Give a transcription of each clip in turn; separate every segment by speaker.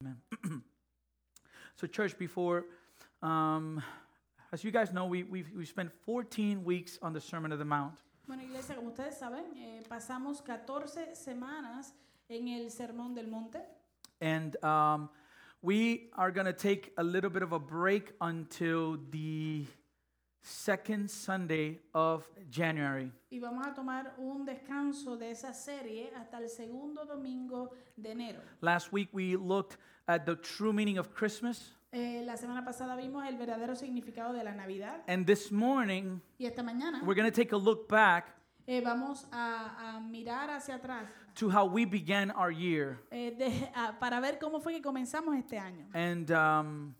Speaker 1: Amen. so, church, before, um, as you guys know, we, we've, we spent 14 weeks on the Sermon of the Mount.
Speaker 2: Bueno, iglesia, como ustedes saben, eh, pasamos 14 semanas en el Sermón del Monte
Speaker 1: And um, we are going to take a little bit of a break until the second Sunday of January.
Speaker 2: y vamos a tomar un descanso de esa serie hasta el segundo domingo de enero.
Speaker 1: Last week, we looked at the true meaning of Christmas.
Speaker 2: Eh, la semana pasada vimos el verdadero significado de la Navidad
Speaker 1: And this morning,
Speaker 2: y esta mañana
Speaker 1: we're going to take a look back
Speaker 2: eh, vamos a, a mirar hacia atrás
Speaker 1: to how we began our year.
Speaker 2: eh, de- a- para ver cómo fue que comenzamos este año.
Speaker 1: And um,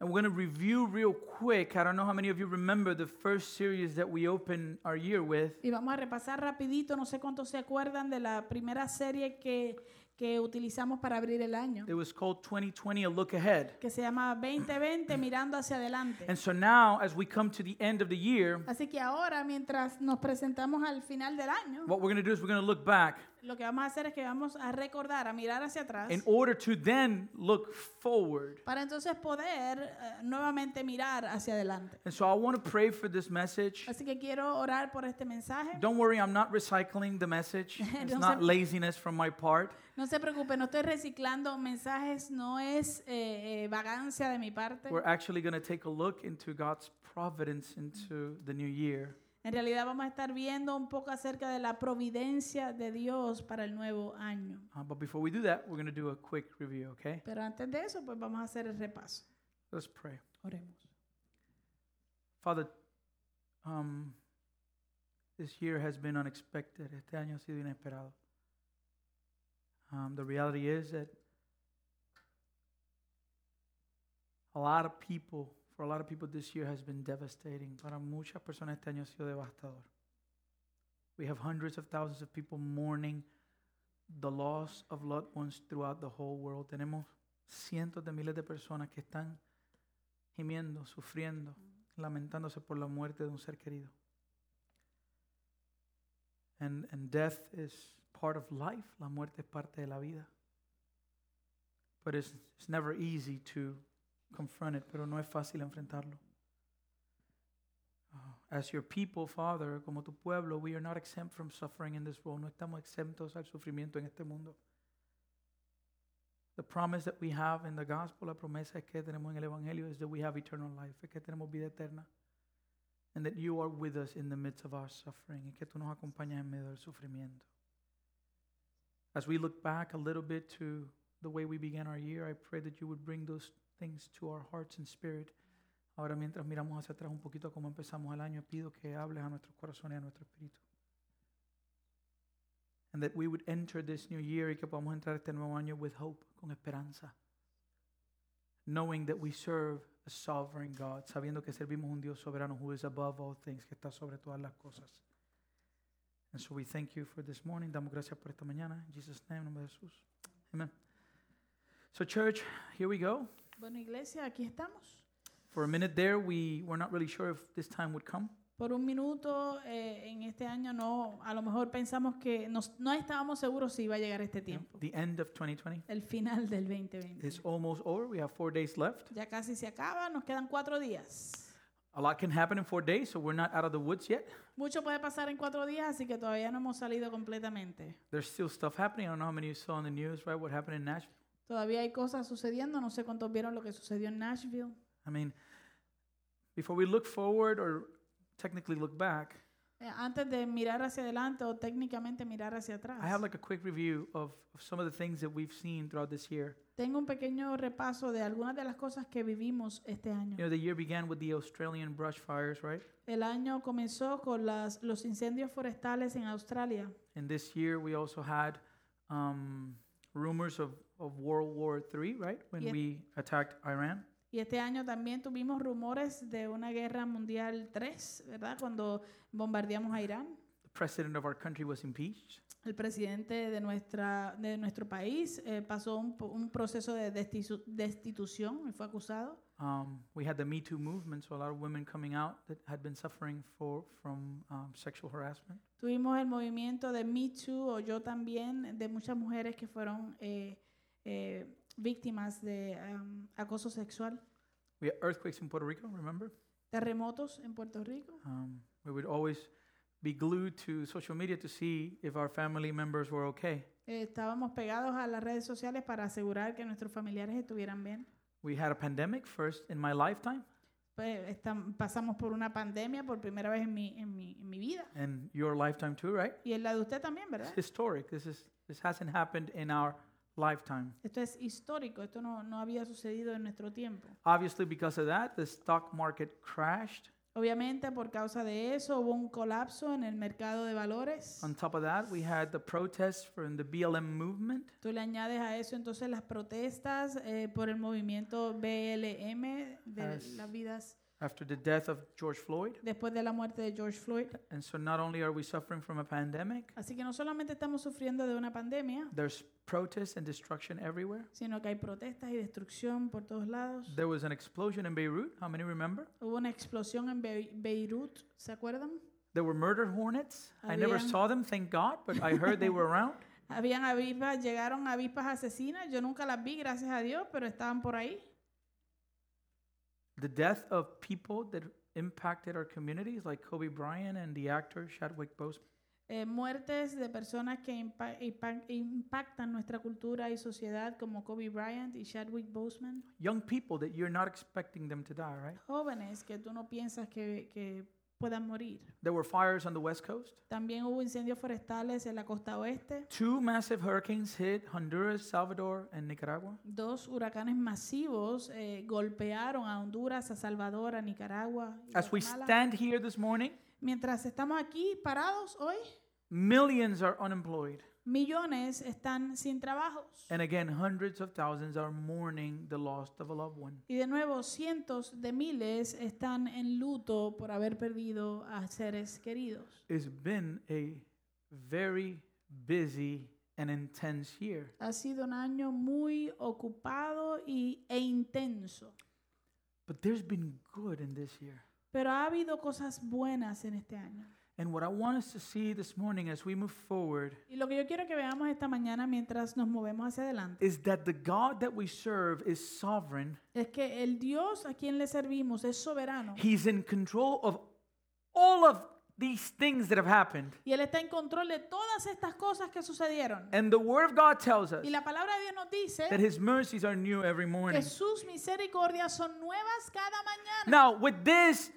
Speaker 1: and we're going to review real quick. I don't know how many of you remember the first series that we opened our year with.
Speaker 2: Y vamos a repasar rapidito, no sé cuántos se acuerdan de la primera serie que, que utilizamos para abrir el año,
Speaker 1: It was called 2020 A Look Ahead.
Speaker 2: que se llama 2020 Mirando hacia adelante.
Speaker 1: And so now, as we come to the end of the year,
Speaker 2: Así que ahora, mientras nos presentamos al final del año,
Speaker 1: what we're going to do is we're going to look back
Speaker 2: lo que vamos a hacer es que vamos a recordar, a mirar hacia atrás,
Speaker 1: in order to then look forward.
Speaker 2: para entonces poder eh, nuevamente mirar hacia adelante.
Speaker 1: And so I want to pray for this message.
Speaker 2: Así que quiero orar por este mensaje.
Speaker 1: Don't worry, I'm not recycling the message. It's
Speaker 2: Don't
Speaker 1: not
Speaker 2: say-
Speaker 1: laziness from my part.
Speaker 2: No se preocupe, no estoy reciclando mensajes, no es eh, eh, vagancia de mi parte.
Speaker 1: We're actually going to take a look into God's providence into the new year.
Speaker 2: En realidad vamos a estar viendo un poco acerca de la providencia de Dios para el nuevo año.
Speaker 1: Uh, but before we do that, we're going to do a quick review, okay?
Speaker 2: Pero antes de eso, pues vamos a hacer el repaso.
Speaker 1: Let's pray.
Speaker 2: Oremos.
Speaker 1: Father, um, this year has been unexpected. Este año ha sido inesperado. Um, the reality is that a lot of people, for a lot of people, this year has been devastating. Para muchas personas este año ha sido devastador. We have hundreds of thousands of people mourning the loss of loved ones throughout the whole world. Tenemos cientos de miles de personas que están gimiendo, sufriendo, lamentándose por la muerte de un ser querido. And, and death is part of life. La muerte es parte de la vida. But it's, it's never easy to confront it, pero no es fácil enfrentarlo. Uh, As your people, Father, como tu pueblo, we are not exempt from suffering in this world. No estamos exentos al sufrimiento en este mundo. The promise that we have in the gospel, la promesa es que tenemos en el evangelio, is that we have eternal life, es que tenemos vida eterna. And that you are with us in the midst of our suffering, y que tú nos acompañas en medio del sufrimiento. As we look back a little bit to the way we began our year, I pray that you would bring those things to our hearts and spirit. Ahora mientras miramos hacia atrás un poquito a cómo empezamos el año, pido que hables a nuestros corazones y a nuestro espíritu. And that we would enter this new year y que podamos entrar este nuevo año with hope, con esperanza. Knowing that we serve a sovereign God, sabiendo que servimos un Dios soberano who is above all things, que está sobre todas las cosas. And so we thank you for this morning. Damos gracias por esta mañana. In Jesus' name, en nombre de Jesús. Amen. So church, here we go.
Speaker 2: Bueno, iglesia, aquí estamos.
Speaker 1: For a minute there, we were not really sure if this time would come.
Speaker 2: Por un minuto eh, en este año no, a lo mejor pensamos que nos- no estábamos seguros si iba a llegar este tiempo.
Speaker 1: The end of 2020
Speaker 2: El final del
Speaker 1: is
Speaker 2: 2020.
Speaker 1: almost over. We have four days left.
Speaker 2: Ya casi se acaba, nos quedan cuatro días.
Speaker 1: A lot can happen in four days, so we're not out of the woods yet.
Speaker 2: Mucho puede pasar en cuatro días, así que todavía no hemos salido completamente.
Speaker 1: There's still stuff happening. I don't know how many of you saw in the news, right? What happened in Nashville.
Speaker 2: Todavía hay cosas sucediendo, no sé cuántos vieron lo que sucedió en Nashville.
Speaker 1: I mean, before we look forward or technically look back,
Speaker 2: Eh, antes de mirar hacia adelante o técnicamente mirar hacia atrás,
Speaker 1: I have like a quick review of, of some of the things that we've seen throughout this year.
Speaker 2: tengo un pequeño repaso de algunas de las cosas que vivimos este año.
Speaker 1: You know, the year began with the Australian brush fires, right?
Speaker 2: El año comenzó con las, los incendios forestales en Australia.
Speaker 1: And this year we also had um, rumors of, of World War III, right? When
Speaker 2: Yeah.
Speaker 1: we attacked Iran.
Speaker 2: Y este año también tuvimos rumores de una guerra mundial 3, ¿verdad? Cuando bombardeamos a Irán.
Speaker 1: The president of our country was impeached.
Speaker 2: El presidente de, nuestra, de nuestro país eh, pasó un, po- un proceso de destitu- destitución y fue acusado.
Speaker 1: Um, we had the Me Too movement, so a lot of women coming out that had been suffering for, from um, sexual harassment.
Speaker 2: Tuvimos el movimiento de Me Too o yo también, de muchas mujeres que fueron eh, eh, víctimas de um, acoso sexual,
Speaker 1: We had earthquakes in Puerto Rico, remember?
Speaker 2: terremotos en Puerto Rico.
Speaker 1: Um, we would always be glued to social media to see if our family members were okay.
Speaker 2: Eh, estábamos pegados a las redes sociales para asegurar que nuestros familiares estuvieran bien.
Speaker 1: We had a pandemic first in my lifetime,
Speaker 2: Pues, estam- pasamos por una pandemia por primera vez en mi, en, mi, en mi vida.
Speaker 1: and your lifetime too, right?
Speaker 2: Y en la de usted también,
Speaker 1: It's
Speaker 2: ¿verdad?
Speaker 1: historic. This is this hasn't happened in our lifetime.
Speaker 2: Esto es histórico, esto no, no había sucedido en nuestro tiempo.
Speaker 1: Obviously, because of that, the stock market crashed.
Speaker 2: Obviamente, por causa de eso, hubo un colapso en el mercado de valores.
Speaker 1: On top of that, we had the protests from the BLM movement.
Speaker 2: Tú le añades a eso entonces las protestas eh, por el movimiento BLM de
Speaker 1: As-
Speaker 2: las vidas
Speaker 1: after the death of George Floyd.
Speaker 2: después de la muerte de George Floyd.
Speaker 1: And so not only are we suffering from a pandemic,
Speaker 2: Así que no solamente estamos sufriendo de una pandemia,
Speaker 1: there's protests and destruction everywhere.
Speaker 2: sino que hay protestas y destrucción por todos lados.
Speaker 1: There was an explosion in Beirut. How many remember?
Speaker 2: Hubo una explosión en Bei- Beirut, ¿se acuerdan?
Speaker 1: There were murder hornets. I never
Speaker 2: Habían-
Speaker 1: saw them, thank God, but I heard they were around.
Speaker 2: Habían avispas, llegaron avispas asesinas, yo nunca las vi, gracias a Dios, pero estaban por ahí.
Speaker 1: The death of people that impacted our communities, like Kobe Bryant and the actor Chadwick Boseman.
Speaker 2: Eh, muertes de personas que impa- impa- impactan nuestra cultura y sociedad, como Kobe Bryant y Chadwick Boseman.
Speaker 1: Young people that you're not expecting them to die, right?
Speaker 2: Jóvenes que tú no piensas que, que puedan morir.
Speaker 1: There were fires on the West Coast.
Speaker 2: También hubo incendios forestales en la costa oeste.
Speaker 1: Two massive hurricanes hit Honduras, Salvador, and Nicaragua.
Speaker 2: Dos huracanes masivos eh, golpearon a Honduras, a Salvador, a Nicaragua. y
Speaker 1: As we
Speaker 2: Guatemala.
Speaker 1: stand here this morning,
Speaker 2: Mientras estamos aquí parados hoy,
Speaker 1: Millions are unemployed.
Speaker 2: millones están sin trabajos.
Speaker 1: And again, hundreds of thousands are mourning the loss of a loved one.
Speaker 2: Y de nuevo, cientos de miles están en luto por haber perdido a seres queridos.
Speaker 1: It's been a very busy and intense year.
Speaker 2: Ha sido un año muy ocupado y, e intenso,
Speaker 1: But there's been good in this year.
Speaker 2: pero ha habido cosas buenas en este año.
Speaker 1: And what I want us to see this morning as we move forward
Speaker 2: Y lo que yo quiero que veamos esta mañana mientras nos movemos hacia adelante
Speaker 1: is that the God that we serve is sovereign,
Speaker 2: es que el Dios a quien le servimos es soberano
Speaker 1: He's in control of all of these things that have happened.
Speaker 2: y Él está en control de todas estas cosas que sucedieron.
Speaker 1: And the Word of God tells us
Speaker 2: Y la palabra de Dios nos dice
Speaker 1: that His mercies are new every
Speaker 2: que
Speaker 1: morning.
Speaker 2: sus misericordias son nuevas cada mañana.
Speaker 1: Now, with this,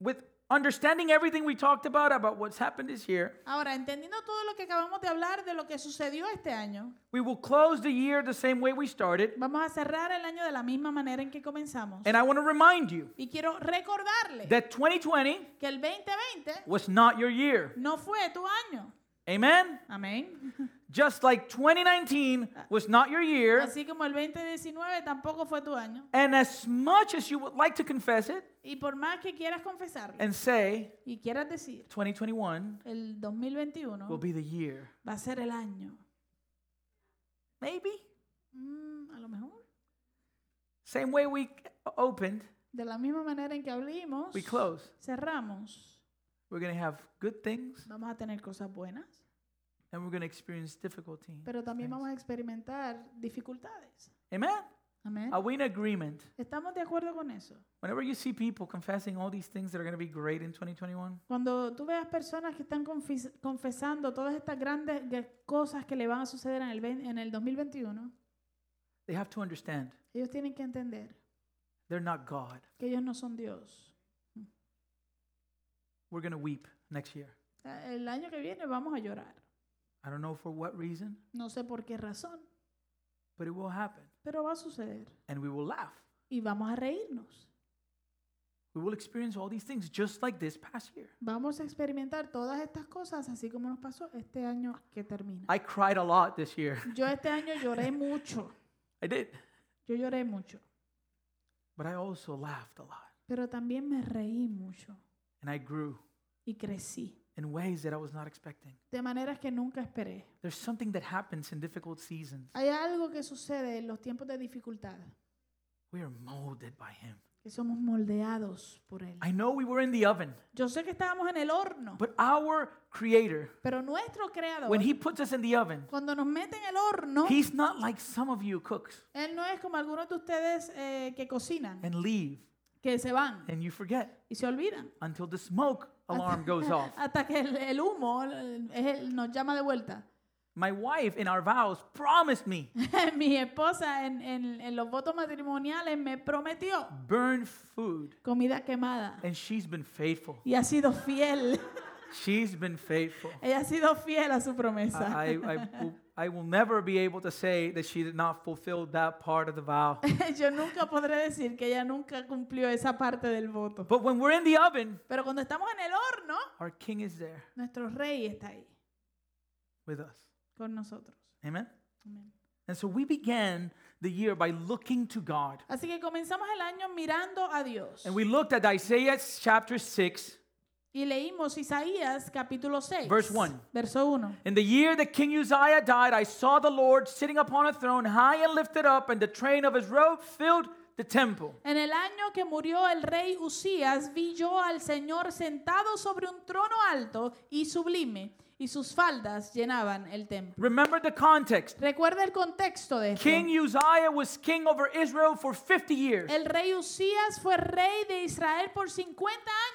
Speaker 1: with understanding everything we talked about, about what's happened this year,
Speaker 2: Ahora, entendiendo todo lo que acabamos de hablar de lo que sucedió este año,
Speaker 1: we will close the year the same way we started.
Speaker 2: vamos a cerrar el año de la misma manera en que comenzamos.
Speaker 1: And I want to remind you
Speaker 2: Y quiero recordarle
Speaker 1: that 2020
Speaker 2: que el 2020
Speaker 1: was not your year.
Speaker 2: no fue tu año.
Speaker 1: Amen?
Speaker 2: Amén.
Speaker 1: Just like 2019 was not your year.
Speaker 2: Así como el 2019 tampoco fue tu año.
Speaker 1: And as much as you would like to confess it
Speaker 2: Y por más que quieras confesarlo
Speaker 1: and say
Speaker 2: y quieras decir,
Speaker 1: 2021
Speaker 2: el
Speaker 1: will
Speaker 2: 2021
Speaker 1: be the year,
Speaker 2: va a ser el año.
Speaker 1: maybe,
Speaker 2: Mm, a lo mejor.
Speaker 1: same way we opened,
Speaker 2: De la misma manera en que abrimos,
Speaker 1: we close.
Speaker 2: cerramos.
Speaker 1: We're going to have good things
Speaker 2: Vamos a tener cosas buenas,
Speaker 1: and we're going to experience difficulty.
Speaker 2: pero también vamos a experimentar dificultades.
Speaker 1: Amen?
Speaker 2: Amén.
Speaker 1: Are we in agreement?
Speaker 2: ¿Estamos de acuerdo con eso?
Speaker 1: Whenever you see people confessing all these things that are going to be great in 2021,
Speaker 2: Cuando tú veas personas que están confis- confesando todas estas grandes de- cosas que le van a suceder en el, vein- en el 2021,
Speaker 1: they have to understand
Speaker 2: ellos tienen que entender
Speaker 1: they're not God.
Speaker 2: que ellos no son Dios.
Speaker 1: We're going to weep next year.
Speaker 2: Eh, El año que viene vamos a llorar.
Speaker 1: I don't know for what reason,
Speaker 2: No sé por qué razón,
Speaker 1: but it will happen.
Speaker 2: pero va a suceder.
Speaker 1: And we will laugh.
Speaker 2: Y vamos a reírnos.
Speaker 1: We will experience all these things just like this past year.
Speaker 2: Vamos a experimentar todas estas cosas así como nos pasó este año que termina.
Speaker 1: I cried a lot this year.
Speaker 2: Yo este año lloré mucho.
Speaker 1: I did.
Speaker 2: Yo lloré mucho.
Speaker 1: But I also laughed a lot.
Speaker 2: Pero también me reí mucho
Speaker 1: And I grew
Speaker 2: y crecí
Speaker 1: in ways that I was not expecting.
Speaker 2: de maneras que nunca esperé.
Speaker 1: There's something that happens in difficult seasons.
Speaker 2: Hay algo que sucede en los tiempos de dificultad.
Speaker 1: We are molded by Him.
Speaker 2: que somos moldeados por Él.
Speaker 1: I know we were in the oven,
Speaker 2: Yo sé que estábamos en el horno,
Speaker 1: but our Creator,
Speaker 2: pero nuestro Creador,
Speaker 1: when He puts us in the oven,
Speaker 2: cuando nos mete en el horno,
Speaker 1: He's not like some of you cooks
Speaker 2: Él no es como algunos de ustedes eh, que cocinan,
Speaker 1: and leave
Speaker 2: que se van
Speaker 1: and you forget
Speaker 2: y se olvidan.
Speaker 1: until the smoke alarm goes off.
Speaker 2: Hasta que el, el humo el- es el- nos llama de vuelta.
Speaker 1: My wife in our vows promised me
Speaker 2: Mi esposa en, en- en los votos matrimoniales me prometió
Speaker 1: burn food,
Speaker 2: comida quemada
Speaker 1: and she's been faithful.
Speaker 2: y ha sido fiel.
Speaker 1: She's been faithful.
Speaker 2: Ella ha sido fiel a su promesa.
Speaker 1: I, I, I will- I will never be able to say that she did not fulfill that part of the vow.
Speaker 2: Yo nunca podré decir que ella nunca cumplió esa parte del voto.
Speaker 1: But when we're in the oven,
Speaker 2: Pero cuando estamos en el horno,
Speaker 1: our King is there
Speaker 2: nuestro rey está ahí
Speaker 1: with us.
Speaker 2: con nosotros.
Speaker 1: Amen?
Speaker 2: Amén.
Speaker 1: And so we began the year by looking to God.
Speaker 2: Así que comenzamos el año mirando a Dios.
Speaker 1: And we looked at Isaiah chapter 6.
Speaker 2: Y leímos Isaías capítulo 6,
Speaker 1: Verse 1.
Speaker 2: verso 1.
Speaker 1: In the year that King Uzziah died, I saw the Lord sitting upon a throne, high and lifted up, and the train of his robe filled the temple.
Speaker 2: En el año que murió el rey Usías, vi yo al Señor sentado sobre un trono alto y sublime, y sus faldas llenaban el templo.
Speaker 1: Remember the context.
Speaker 2: Recuerda el contexto de esto.
Speaker 1: King Uzziah was king over Israel for 50 years.
Speaker 2: El rey Usías fue rey de Israel por 50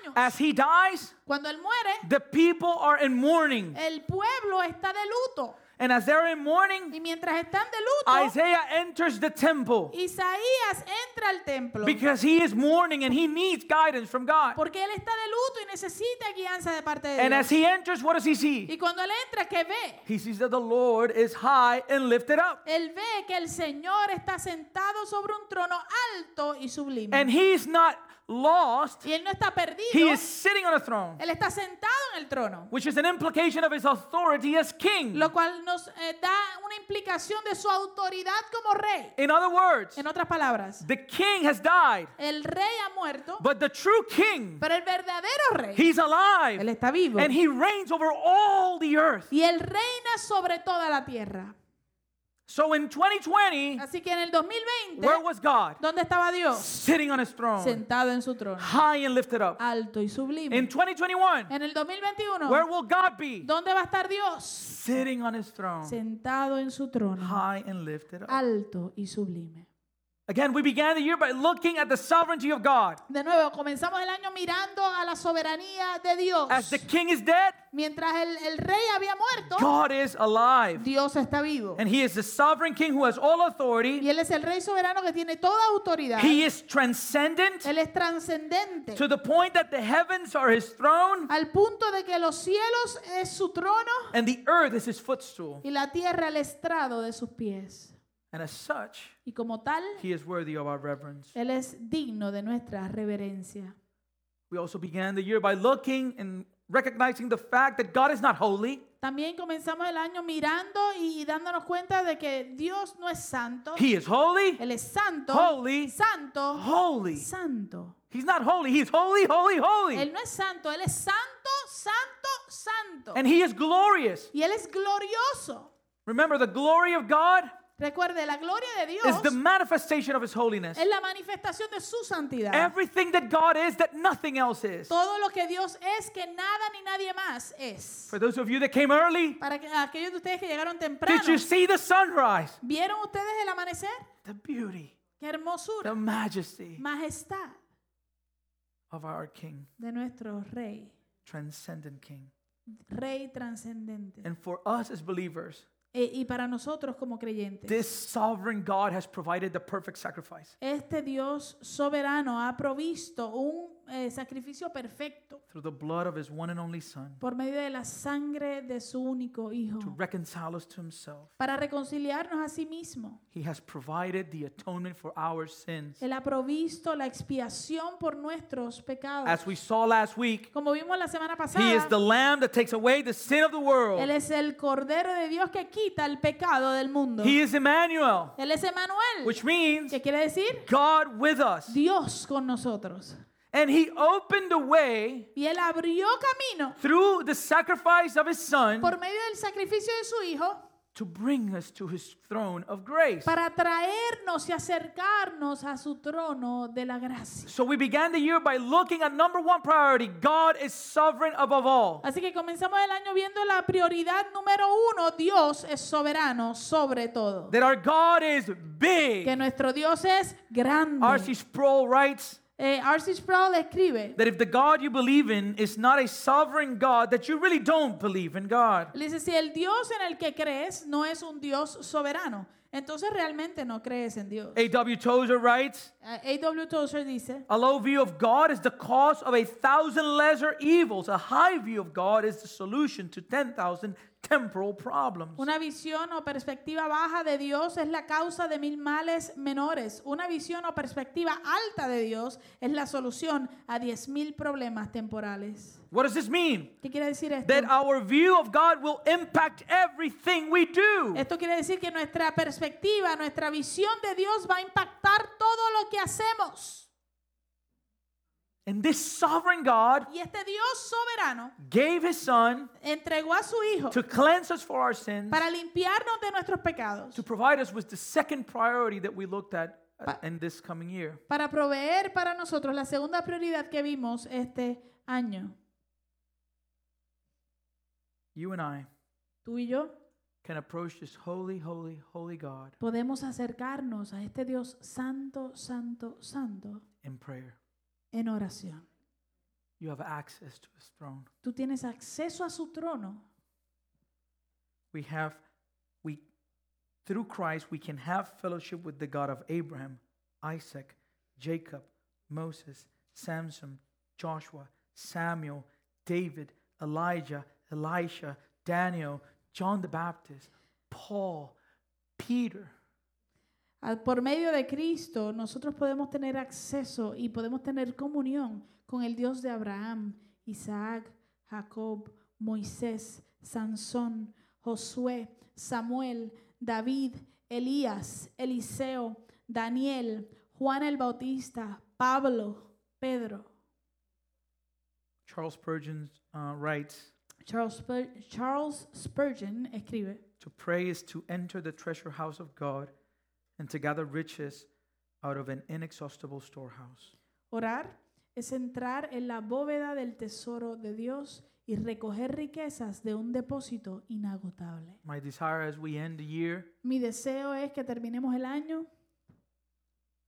Speaker 2: años.
Speaker 1: As he dies,
Speaker 2: Cuando él muere,
Speaker 1: the people are in mourning.
Speaker 2: el pueblo está de luto.
Speaker 1: And as they're in mourning,
Speaker 2: Y mientras están de luto,
Speaker 1: Isaiah enters the temple
Speaker 2: Isaías entra al templo.
Speaker 1: because he is mourning and he needs guidance from God.
Speaker 2: Porque él está de luto y necesita guianza de parte de
Speaker 1: And as
Speaker 2: Dios.
Speaker 1: he enters, what does he see?
Speaker 2: Y cuando él entra, ¿qué ve?
Speaker 1: He sees that the Lord is high and lifted up.
Speaker 2: Él ve que el Señor está sentado sobre un trono alto y sublime.
Speaker 1: And he's not lost,
Speaker 2: y él no está perdido.
Speaker 1: he is sitting on a throne,
Speaker 2: él está sentado en el trono.
Speaker 1: which is an implication of his authority as king.
Speaker 2: Lo cual nos eh, da una implicación de su autoridad como rey.
Speaker 1: In other words,
Speaker 2: En otras palabras,
Speaker 1: the king has died,
Speaker 2: el rey ha muerto,
Speaker 1: but the true king,
Speaker 2: pero el verdadero rey,
Speaker 1: he's alive.
Speaker 2: él está vivo.
Speaker 1: and he reigns over all the earth.
Speaker 2: Y él reina sobre toda la tierra.
Speaker 1: So in 2020,
Speaker 2: Así que en el 2020,
Speaker 1: where was God?
Speaker 2: ¿dónde estaba Dios?
Speaker 1: Sitting on his throne,
Speaker 2: Sentado en su trono,
Speaker 1: high and lifted up.
Speaker 2: alto y
Speaker 1: In
Speaker 2: sublime.
Speaker 1: 2021,
Speaker 2: En el 2021,
Speaker 1: where will God be?
Speaker 2: ¿dónde va a estar Dios?
Speaker 1: Sitting on his throne,
Speaker 2: Sentado en su trono.
Speaker 1: high and lifted
Speaker 2: Ah.
Speaker 1: up.
Speaker 2: alto y sublime.
Speaker 1: Again, we began the year by looking at the sovereignty of God.
Speaker 2: De nuevo, comenzamos el año mirando a la soberanía de Dios.
Speaker 1: As the king is dead,
Speaker 2: Mientras el, el rey había muerto,
Speaker 1: God is alive.
Speaker 2: Dios está vivo.
Speaker 1: And he is the sovereign king who has all
Speaker 2: Y
Speaker 1: authority.
Speaker 2: Él es el rey soberano que tiene toda autoridad.
Speaker 1: He is transcendent
Speaker 2: Él es Ah. trascendente.
Speaker 1: to the point that the heavens are his throne
Speaker 2: Al punto de que los cielos es su trono
Speaker 1: and the earth is his footstool.
Speaker 2: y la tierra el estrado de sus pies.
Speaker 1: And as such,
Speaker 2: Y como tal,
Speaker 1: He is worthy of our reverence.
Speaker 2: Él es digno de nuestra reverencia.
Speaker 1: We also began the year by looking and recognizing the fact that God is not holy.
Speaker 2: También comenzamos el año mirando y dándonos cuenta de que Dios no es santo.
Speaker 1: He is holy,
Speaker 2: Él es santo.
Speaker 1: holy,
Speaker 2: Santo.
Speaker 1: holy.
Speaker 2: Santo.
Speaker 1: He's not holy. He's holy, holy, holy.
Speaker 2: Él no es santo, él es santo, santo, santo.
Speaker 1: And He is glorious.
Speaker 2: Y él es glorioso.
Speaker 1: Remember, the glory of God
Speaker 2: Recuerde, la gloria de Dios
Speaker 1: is the manifestation of His holiness.
Speaker 2: es la manifestación de su santidad.
Speaker 1: Everything that God is, that nothing else is.
Speaker 2: Todo lo que Dios es que nada ni nadie más es.
Speaker 1: For those of you that came early,
Speaker 2: Para que- aquellos de ustedes que llegaron temprano,
Speaker 1: did you see the sunrise?
Speaker 2: ¿vieron ustedes el amanecer?
Speaker 1: The beauty,
Speaker 2: Qué hermosura,
Speaker 1: the majesty
Speaker 2: majestad
Speaker 1: of our King,
Speaker 2: de nuestro rey,
Speaker 1: transcendent King.
Speaker 2: rey trascendente.
Speaker 1: And for us as believers,
Speaker 2: E- y para nosotros como creyentes,
Speaker 1: This sovereign God has provided the perfect sacrifice
Speaker 2: este Dios soberano ha provisto un eh, sacrificio perfecto.
Speaker 1: through the blood of his one and only Son
Speaker 2: por medio de la sangre de su único Hijo,
Speaker 1: to reconcile us to himself.
Speaker 2: para reconciliarnos a sí mismo.
Speaker 1: He has provided the atonement for our sins.
Speaker 2: Él ha provisto la expiación por nuestros pecados.
Speaker 1: As we saw last week,
Speaker 2: Como vimos la semana
Speaker 1: he is the
Speaker 2: pasada,
Speaker 1: lamb that takes away the sin of the
Speaker 2: Él
Speaker 1: world.
Speaker 2: es el Cordero de Dios que quita el pecado del mundo.
Speaker 1: He is Emmanuel,
Speaker 2: Él es Emanuel,
Speaker 1: which means
Speaker 2: que quiere decir
Speaker 1: God with us.
Speaker 2: Dios con nosotros.
Speaker 1: And he opened the way
Speaker 2: Y Él abrió camino
Speaker 1: through the sacrifice of his son
Speaker 2: por medio del sacrificio de su Hijo
Speaker 1: to bring us to his throne of grace.
Speaker 2: para traernos y acercarnos a su trono de la gracia.
Speaker 1: So we began the year by looking at number one priority God is sovereign above all.
Speaker 2: Así que comenzamos el año viendo la prioridad número uno, Dios es soberano sobre todo.
Speaker 1: That our God is big.
Speaker 2: Que nuestro Dios es
Speaker 1: R.C.
Speaker 2: grande.
Speaker 1: Sproul writes
Speaker 2: Eh, R.C. Sproul escribe,
Speaker 1: that if the God you believe in is not a sovereign God, that you really don't believe in God.
Speaker 2: le dice, si el Dios en el que crees no es un Dios soberano, entonces realmente no crees en Dios.
Speaker 1: A.W. Tozer writes
Speaker 2: Eh, A.W. Tozer dice,
Speaker 1: A low view of God is the cause of a thousand lesser evils. A high view of God is the solution to 10,000 temporal problems.
Speaker 2: Una visión o perspectiva baja de Dios es la causa de mil males menores. Una visión o perspectiva alta de Dios es la solución a diez mil problemas temporales.
Speaker 1: What does this mean?
Speaker 2: ¿Qué quiere decir esto?
Speaker 1: That our view of God will impact everything we do.
Speaker 2: Esto quiere decir que nuestra perspectiva, nuestra visión de Dios va a impactar todo lo que hacemos.
Speaker 1: And this sovereign God
Speaker 2: Y este Dios soberano
Speaker 1: gave his son
Speaker 2: entregó a su Hijo
Speaker 1: to cleanse us for our sins,
Speaker 2: para limpiarnos de nuestros pecados,
Speaker 1: to provide us with the second priority that we looked at uh, in this coming year.
Speaker 2: para proveer para nosotros la segunda prioridad que vimos este año.
Speaker 1: You and I
Speaker 2: Tú y yo
Speaker 1: can approach this holy, holy, holy God
Speaker 2: podemos acercarnos a este Dios santo, santo, santo
Speaker 1: in prayer.
Speaker 2: en oración.
Speaker 1: You have access to his throne.
Speaker 2: Tú tienes acceso a su trono.
Speaker 1: we have we through christ we can have fellowship with the god of abraham isaac jacob moses samson joshua samuel david elijah elisha daniel john the baptist paul peter
Speaker 2: Al- Por medio de Cristo nosotros podemos tener acceso y podemos tener comunión con el Dios de Abraham, Isaac, Jacob, Moisés, Sansón, Josué, Samuel, David, Elías, Eliseo, Daniel, Juan el Bautista, Pablo, Pedro.
Speaker 1: charles spurgeon uh, writes
Speaker 2: Charles, Spur- Charles Spurgeon escribe,
Speaker 1: to pray is to enter the treasure house of god and to gather riches out of an inexhaustible storehouse
Speaker 2: orar es entrar en la bóveda del tesoro de Dios y recoger riquezas de un depósito inagotable.
Speaker 1: my desire as we end the year
Speaker 2: Mi deseo es que terminemos el año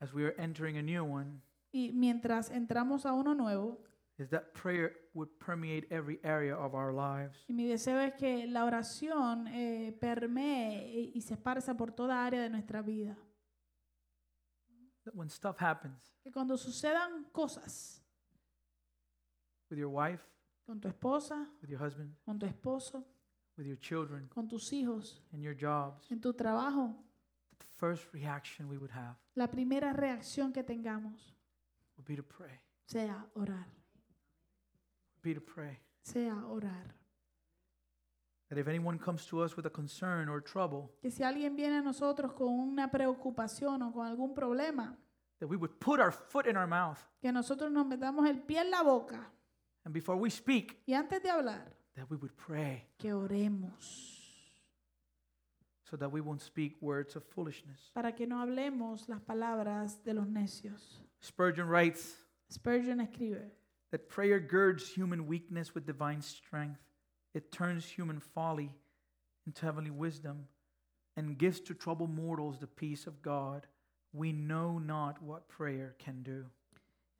Speaker 1: as we are entering a new one
Speaker 2: y mientras entramos a uno nuevo,
Speaker 1: is that prayer would permeate every area of our lives.
Speaker 2: y mi deseo es que la oración eh, permee y- y se esparza por toda área de nuestra vida.
Speaker 1: That when stuff happens
Speaker 2: Que cuando sucedan cosas
Speaker 1: with your wife,
Speaker 2: con tu esposa,
Speaker 1: with your husband,
Speaker 2: con tu esposo,
Speaker 1: with your children,
Speaker 2: con tus hijos,
Speaker 1: and your jobs,
Speaker 2: en tu trabajo,
Speaker 1: the first reaction we would have
Speaker 2: la primera reacción que tengamos
Speaker 1: would be to pray,
Speaker 2: sea orar,
Speaker 1: be to pray.
Speaker 2: sea orar.
Speaker 1: That if anyone comes to us with a concern or trouble,
Speaker 2: Que si alguien viene a nosotros con una preocupación o con algún problema,
Speaker 1: that we would put our foot in our mouth,
Speaker 2: que nosotros nos metamos el pie en la boca
Speaker 1: and before we speak,
Speaker 2: y antes de hablar,
Speaker 1: that we would pray,
Speaker 2: que oremos
Speaker 1: so that we won't speak words of foolishness.
Speaker 2: para que no hablemos las palabras de los necios.
Speaker 1: Spurgeon writes
Speaker 2: Spurgeon escribe,
Speaker 1: that prayer girds human weakness with divine strength. It turns human folly into heavenly wisdom and gives to troubled mortals the peace of God. We know not what prayer can do.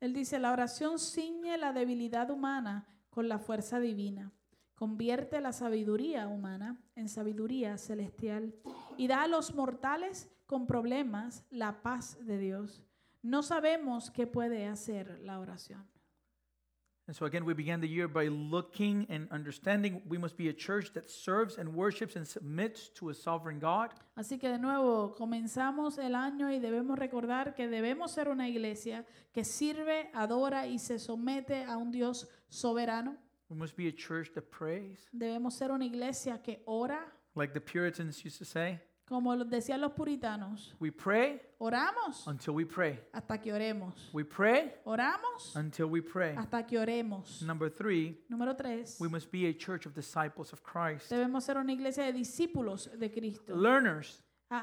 Speaker 2: él dice, la oración ciñe la debilidad humana con la fuerza divina, convierte la sabiduría humana en sabiduría celestial y da a los mortales con problemas la paz de Dios. No sabemos qué puede hacer la oración.
Speaker 1: And so, again, we began the year by looking and understanding we must be a church that serves and worships and submits to a sovereign God.
Speaker 2: Así que de nuevo comenzamos el año y debemos recordar que debemos ser una iglesia que sirve, adora y se somete a un Dios soberano.
Speaker 1: We must be a church that prays,
Speaker 2: Debemos ser una iglesia que ora,
Speaker 1: like the Puritans used to say,
Speaker 2: Como lo decían los puritanos,
Speaker 1: We pray
Speaker 2: oramos
Speaker 1: until we pray.
Speaker 2: hasta que oremos.
Speaker 1: We pray
Speaker 2: Oramos
Speaker 1: until we pray.
Speaker 2: hasta que oremos.
Speaker 1: Number three,
Speaker 2: Número tres,
Speaker 1: we must be a church of disciples of Christ.
Speaker 2: debemos ser una iglesia de discípulos de Cristo,
Speaker 1: Learners.
Speaker 2: a-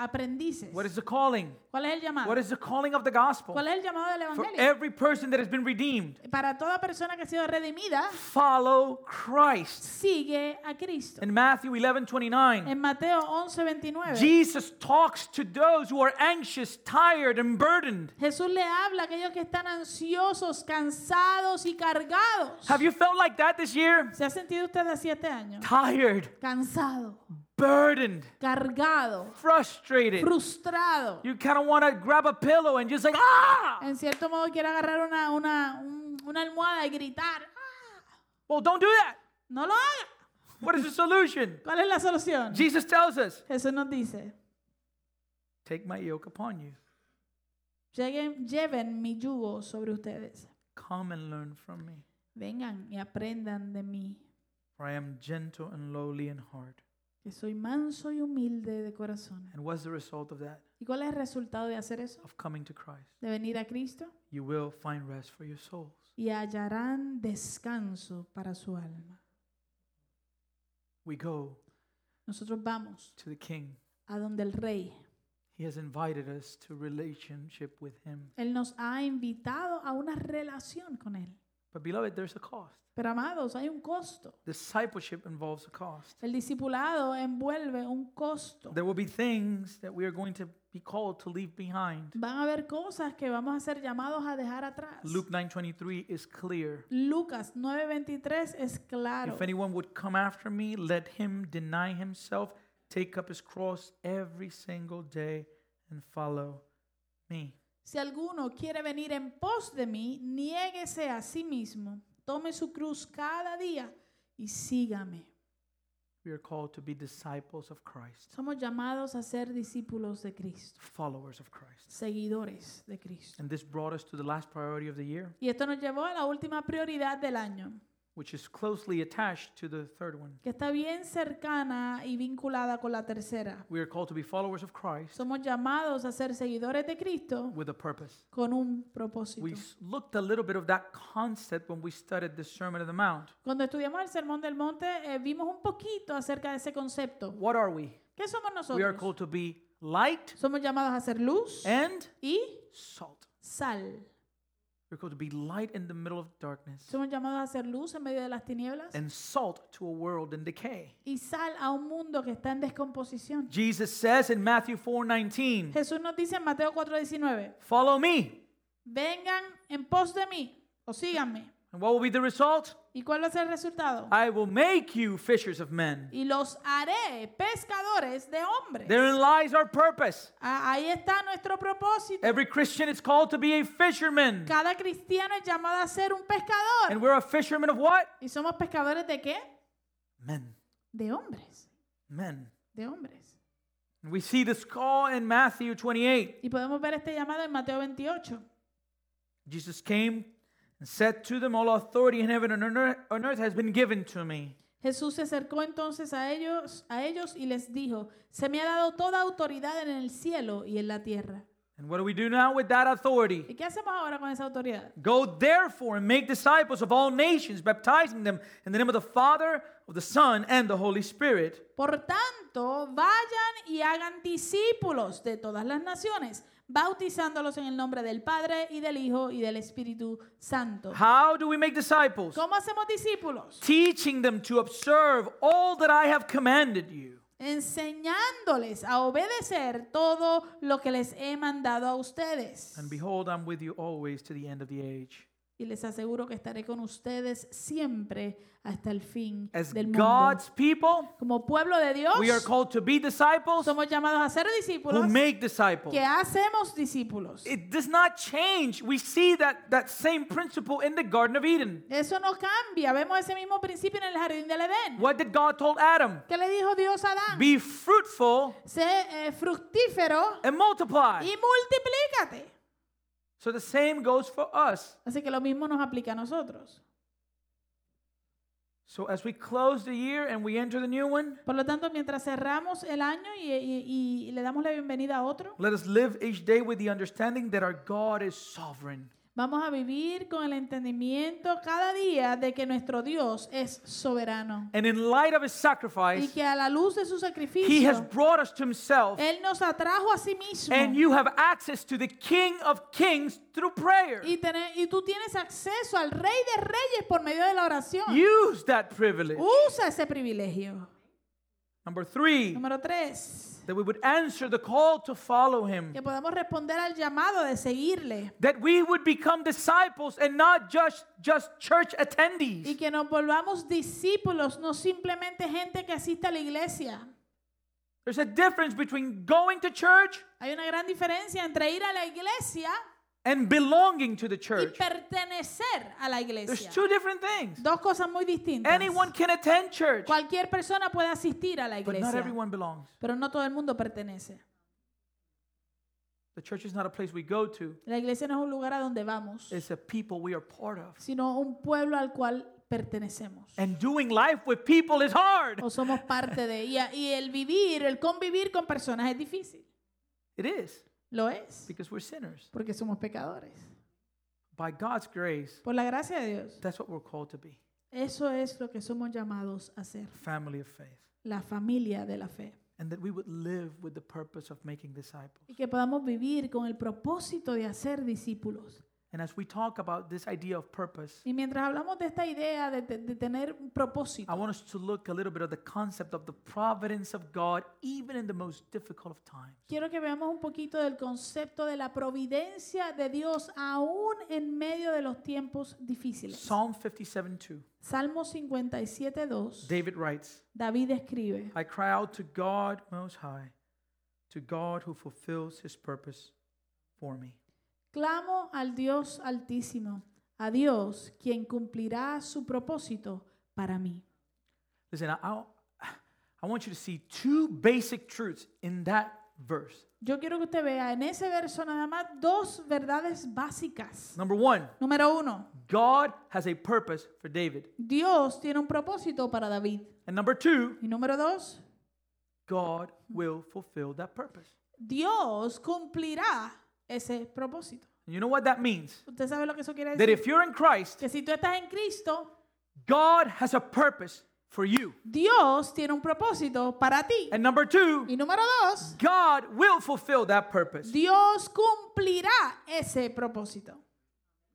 Speaker 2: a- aprendices.
Speaker 1: What is the calling?
Speaker 2: ¿Cuál es el llamado?
Speaker 1: What is the calling of the gospel?
Speaker 2: ¿Cuál es el llamado del
Speaker 1: For
Speaker 2: Ah. Evangelio?
Speaker 1: every person that has been redeemed,
Speaker 2: Para toda persona que ha sido redimida,
Speaker 1: follow Christ.
Speaker 2: sigue a Cristo.
Speaker 1: In Matthew 11 29,
Speaker 2: En Mateo 11, 29,
Speaker 1: Jesus talks to those who are anxious, tired, and burdened.
Speaker 2: Jesús le habla a aquellos que están ansiosos, cansados y cargados.
Speaker 1: Have you felt like that this year?
Speaker 2: ¿Se ha sentido usted así este año?
Speaker 1: Tired,
Speaker 2: Cansado,
Speaker 1: burdened,
Speaker 2: cargado,
Speaker 1: frustrated.
Speaker 2: frustrado.
Speaker 1: You kind of want to grab a pillow and just like, ah!
Speaker 2: En cierto modo quiere agarrar una, una, un- una almohada y gritar. "Ah,
Speaker 1: Well, don't do that.
Speaker 2: No lo haga.
Speaker 1: What is the solution?
Speaker 2: ¿Cuál es la solución?
Speaker 1: Jesus tells us,
Speaker 2: Jesús nos dice,
Speaker 1: take my yoke upon you.
Speaker 2: "Lleguen- lleven mi yugo sobre ustedes.
Speaker 1: Come and learn from me,
Speaker 2: Vengan y aprendan de mí,
Speaker 1: for I am gentle and lowly in heart.
Speaker 2: que soy manso y humilde de corazón.
Speaker 1: And what's the result of that?
Speaker 2: ¿Y cuál es el resultado de hacer eso?
Speaker 1: Of coming to Christ.
Speaker 2: De venir a Cristo
Speaker 1: You will find rest for your souls.
Speaker 2: y hallarán descanso para su alma.
Speaker 1: We go
Speaker 2: Nosotros vamos
Speaker 1: to the King.
Speaker 2: a donde el Rey.
Speaker 1: He has invited us to relationship with Him.
Speaker 2: Él nos ha invitado a una relación con Él.
Speaker 1: But, beloved, there's a cost.
Speaker 2: Pero amados, hay un costo.
Speaker 1: Discipleship involves a cost.
Speaker 2: El discipulado envuelve un costo.
Speaker 1: There will be things that we are going to be called to leave behind.
Speaker 2: Van a haber cosas que vamos a ser llamados a dejar atrás.
Speaker 1: Luke 9:23 is clear.
Speaker 2: Lucas 9:23 es claro.
Speaker 1: If anyone would come after me, let him deny himself, take up his cross every single day, and follow me.
Speaker 2: Si alguno quiere venir en pos de mí, niéguese a sí mismo, tome su cruz cada día y sígame.
Speaker 1: We are called to be disciples of Christ,
Speaker 2: Somos llamados a ser discípulos de Cristo,
Speaker 1: followers of Christ.
Speaker 2: seguidores de Cristo.
Speaker 1: And this brought us to the last priority of the year,
Speaker 2: Y esto nos llevó a la última prioridad del año,
Speaker 1: which is closely attached to the third one.
Speaker 2: que está bien cercana y vinculada con la tercera.
Speaker 1: We are called to be followers of Christ
Speaker 2: Somos llamados a ser seguidores de Cristo
Speaker 1: with a purpose.
Speaker 2: con un
Speaker 1: We
Speaker 2: propósito.
Speaker 1: s- looked a little bit of that concept when we studied the Sermon on the Mount.
Speaker 2: Cuando estudiamos el Sermón del Monte, eh, vimos un poquito acerca de ese concepto.
Speaker 1: What are we?
Speaker 2: ¿Qué somos
Speaker 1: We are
Speaker 2: nosotros?
Speaker 1: called Eh. to be light
Speaker 2: Somos llamados a ser luz
Speaker 1: and
Speaker 2: y
Speaker 1: salt.
Speaker 2: sal.
Speaker 1: We're called to be light in the middle of darkness
Speaker 2: Somos llamados a ser luz en medio de las tinieblas
Speaker 1: and salt to a world in decay.
Speaker 2: y sal a un mundo que está en descomposición.
Speaker 1: Jesus says in Matthew 4:19,
Speaker 2: Jesús nos dice en Mateo 4:19,
Speaker 1: "Follow me."
Speaker 2: vengan en pos de mí o síganme.
Speaker 1: And what will be the result?
Speaker 2: ¿Y cuál va a ser el resultado?
Speaker 1: I will make you fishers of men.
Speaker 2: Y los haré pescadores de hombres.
Speaker 1: Therein lies our purpose.
Speaker 2: A- Ahí está nuestro propósito.
Speaker 1: Every Christian is called to be a fisherman.
Speaker 2: Cada cristiano es llamado a ser un pescador.
Speaker 1: And we're a fisherman of what?
Speaker 2: ¿Y somos pescadores de qué?
Speaker 1: Men.
Speaker 2: De hombres.
Speaker 1: Men.
Speaker 2: De hombres.
Speaker 1: And we see this call in Matthew 28.
Speaker 2: Y podemos ver este llamado en Mateo 28.
Speaker 1: Jesus came and said to them, All authority in heaven and on earth- on earth has been given to me.
Speaker 2: Jesús se acercó entonces a ellos, a ellos y les dijo, se me ha dado toda autoridad en el cielo y en la tierra.
Speaker 1: And what do we do now with that authority?
Speaker 2: ¿Y qué hacemos ahora con esa autoridad?
Speaker 1: Go therefore and make disciples of all nations, baptizing them in the name of the Father, of the Son, and the Holy Spirit.
Speaker 2: Por tanto, vayan y hagan discípulos de todas las naciones, bautizándolos en el nombre del Padre y del Hijo y del Espíritu Santo.
Speaker 1: How do we make disciples?
Speaker 2: ¿Cómo hacemos discípulos?
Speaker 1: Teaching them to observe all that I have commanded you.
Speaker 2: Enseñándoles a obedecer todo lo que les he mandado a ustedes.
Speaker 1: And behold, I'm with you always to the end of the age.
Speaker 2: Y les aseguro que estaré con ustedes siempre hasta el fin
Speaker 1: As
Speaker 2: del mundo.
Speaker 1: God's people,
Speaker 2: Como pueblo de Dios,
Speaker 1: we are called to be disciples
Speaker 2: somos llamados a ser
Speaker 1: who
Speaker 2: discípulos
Speaker 1: make disciples.
Speaker 2: que hacemos discípulos.
Speaker 1: It does not change. We see that, that same principle in the Garden of Eden.
Speaker 2: Eso no cambia. Vemos ese mismo principio en el jardín del Edén.
Speaker 1: What did God told Adam?
Speaker 2: ¿Qué le dijo Dios a Adán?
Speaker 1: Be fruitful
Speaker 2: Sé eh, fructífero
Speaker 1: and multiply.
Speaker 2: y multiplícate.
Speaker 1: So the same goes for us.
Speaker 2: Así que lo mismo nos aplica a nosotros.
Speaker 1: So as we close the year and we enter the new one,
Speaker 2: Por lo tanto, mientras cerramos el año y, y- y le damos la bienvenida a otro,
Speaker 1: let us live each day with the understanding that our God is sovereign.
Speaker 2: vamos a vivir con el entendimiento cada día de que nuestro Dios es soberano
Speaker 1: And in light of his
Speaker 2: y
Speaker 1: sacrifice,
Speaker 2: que a la luz de su
Speaker 1: he has
Speaker 2: sacrificio,
Speaker 1: brought us to himself.
Speaker 2: Él nos atrajo a sí mismo.
Speaker 1: And you have access to the King of Kings through prayer.
Speaker 2: Y, tener- y tú tienes acceso al Rey de Reyes por medio de la oración.
Speaker 1: Use that privilege.
Speaker 2: Usa ese privilegio.
Speaker 1: Number three,
Speaker 2: Número tres,
Speaker 1: that we would answer the call to follow him.
Speaker 2: que podamos responder al llamado de seguirle
Speaker 1: That we would become disciples and not just, just church
Speaker 2: y
Speaker 1: attendees.
Speaker 2: que nos volvamos discípulos, no simplemente gente que asista a la iglesia.
Speaker 1: There's a difference between going to church
Speaker 2: Hay una gran diferencia entre ir a la iglesia
Speaker 1: and belonging to the
Speaker 2: y
Speaker 1: church.
Speaker 2: pertenecer a la
Speaker 1: There's
Speaker 2: iglesia.
Speaker 1: two different things.
Speaker 2: Dos cosas muy distintas.
Speaker 1: Anyone can attend church,
Speaker 2: Cualquier persona puede asistir a la
Speaker 1: but not
Speaker 2: iglesia,
Speaker 1: everyone belongs.
Speaker 2: pero no todo el mundo pertenece.
Speaker 1: The church is not a place we go to,
Speaker 2: La iglesia no es un lugar a donde vamos,
Speaker 1: it's a people we are part of.
Speaker 2: sino un pueblo al cual pertenecemos.
Speaker 1: And doing life with people is hard.
Speaker 2: O somos parte de ella. Y el vivir, el convivir con personas es difícil.
Speaker 1: It is
Speaker 2: Lo es,
Speaker 1: because we're sinners.
Speaker 2: porque somos pecadores.
Speaker 1: By God's grace,
Speaker 2: Por la gracia de Dios.
Speaker 1: that's what we're called to be
Speaker 2: Eso es lo que somos llamados a ser,
Speaker 1: family of faith.
Speaker 2: la familia de la fe.
Speaker 1: And that we would live with the purpose of making disciples.
Speaker 2: Y que podamos vivir con el propósito de hacer discípulos.
Speaker 1: And as we talk about this idea of purpose,
Speaker 2: Y mientras hablamos de esta idea de, de- de tener un
Speaker 1: I
Speaker 2: propósito,
Speaker 1: want us to look a little bit at the concept of the providence of God, even in the most difficult of times.
Speaker 2: quiero que veamos un poquito del concepto de la providencia de Dios aún en medio de los tiempos difíciles.
Speaker 1: Psalm 57 2,
Speaker 2: Salmo 57.2,
Speaker 1: David writes,
Speaker 2: David escribe.
Speaker 1: I cry out to God Most High, to God who fulfills his purpose for me.
Speaker 2: Clamo al Dios Altísimo, a Dios quien cumplirá su propósito para mí.
Speaker 1: Listen, I, I, I want you to see two basic truths in that verse.
Speaker 2: Yo quiero que usted vea en ese verso nada más dos verdades básicas.
Speaker 1: Number one,
Speaker 2: Número uno,
Speaker 1: God has a purpose for David.
Speaker 2: Dios tiene un propósito para David.
Speaker 1: And number two,
Speaker 2: Y número dos,
Speaker 1: God will fulfill that purpose.
Speaker 2: Dios cumplirá ese propósito.
Speaker 1: And you know what that means?
Speaker 2: ¿Usted sabe lo que eso quiere
Speaker 1: That
Speaker 2: decir?
Speaker 1: if you're in Christ,
Speaker 2: Que si tú estás en Cristo,
Speaker 1: God has a purpose for you.
Speaker 2: Dios tiene un propósito para ti.
Speaker 1: And number two,
Speaker 2: Y número dos,
Speaker 1: God will fulfill that purpose.
Speaker 2: Dios cumplirá ese propósito.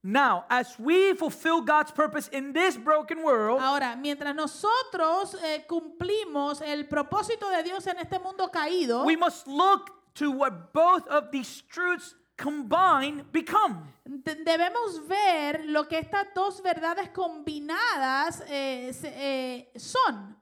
Speaker 1: Now, as we fulfill God's purpose in this broken world,
Speaker 2: Ahora, mientras nosotros eh, cumplimos el propósito de Dios en este mundo caído,
Speaker 1: we must look to what both of these truths combined become.
Speaker 2: de- debemos ver lo que estas dos verdades combinadas eh, se- eh, son.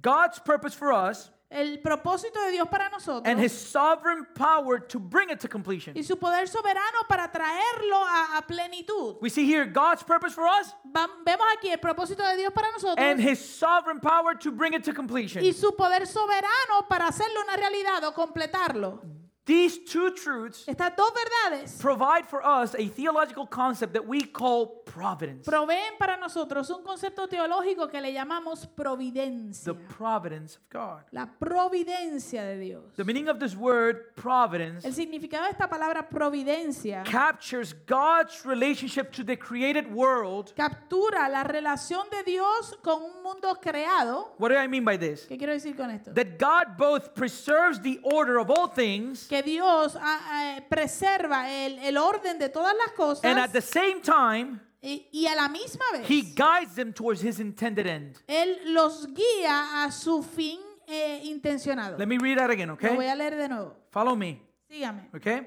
Speaker 1: God's purpose for us
Speaker 2: El propósito de Dios para nosotros
Speaker 1: and his sovereign power to bring it to completion.
Speaker 2: y su poder soberano para traerlo a, a plenitud.
Speaker 1: We see here God's purpose for us
Speaker 2: Va- vemos aquí el propósito de Dios para
Speaker 1: and
Speaker 2: nosotros
Speaker 1: his sovereign power to bring it to
Speaker 2: y
Speaker 1: completion.
Speaker 2: su poder soberano para hacerlo una realidad o completarlo.
Speaker 1: These two truths
Speaker 2: Estas dos verdades
Speaker 1: provide for us a theological concept that we call providence.
Speaker 2: proveen para nosotros un concepto teológico que le llamamos providencia.
Speaker 1: The providence of God.
Speaker 2: La providencia de Dios.
Speaker 1: The meaning of this word providence
Speaker 2: El significado de esta palabra providencia
Speaker 1: captures God's relationship to the created world.
Speaker 2: captura la relación de Dios con un mundo creado.
Speaker 1: What do I mean by this?
Speaker 2: ¿Qué quiero decir con esto?
Speaker 1: That God both preserves the order of all things
Speaker 2: Que Dios ah, ah, preserva el, el orden de todas las
Speaker 1: and at
Speaker 2: cosas
Speaker 1: the same time
Speaker 2: y, y a la misma
Speaker 1: He
Speaker 2: vez
Speaker 1: guides them towards his intended end.
Speaker 2: Él los guía a su fin eh, intencionado.
Speaker 1: Let me read that again,
Speaker 2: Lo voy
Speaker 1: okay?
Speaker 2: a leer de nuevo.
Speaker 1: Follow me,
Speaker 2: Sígame.
Speaker 1: okay?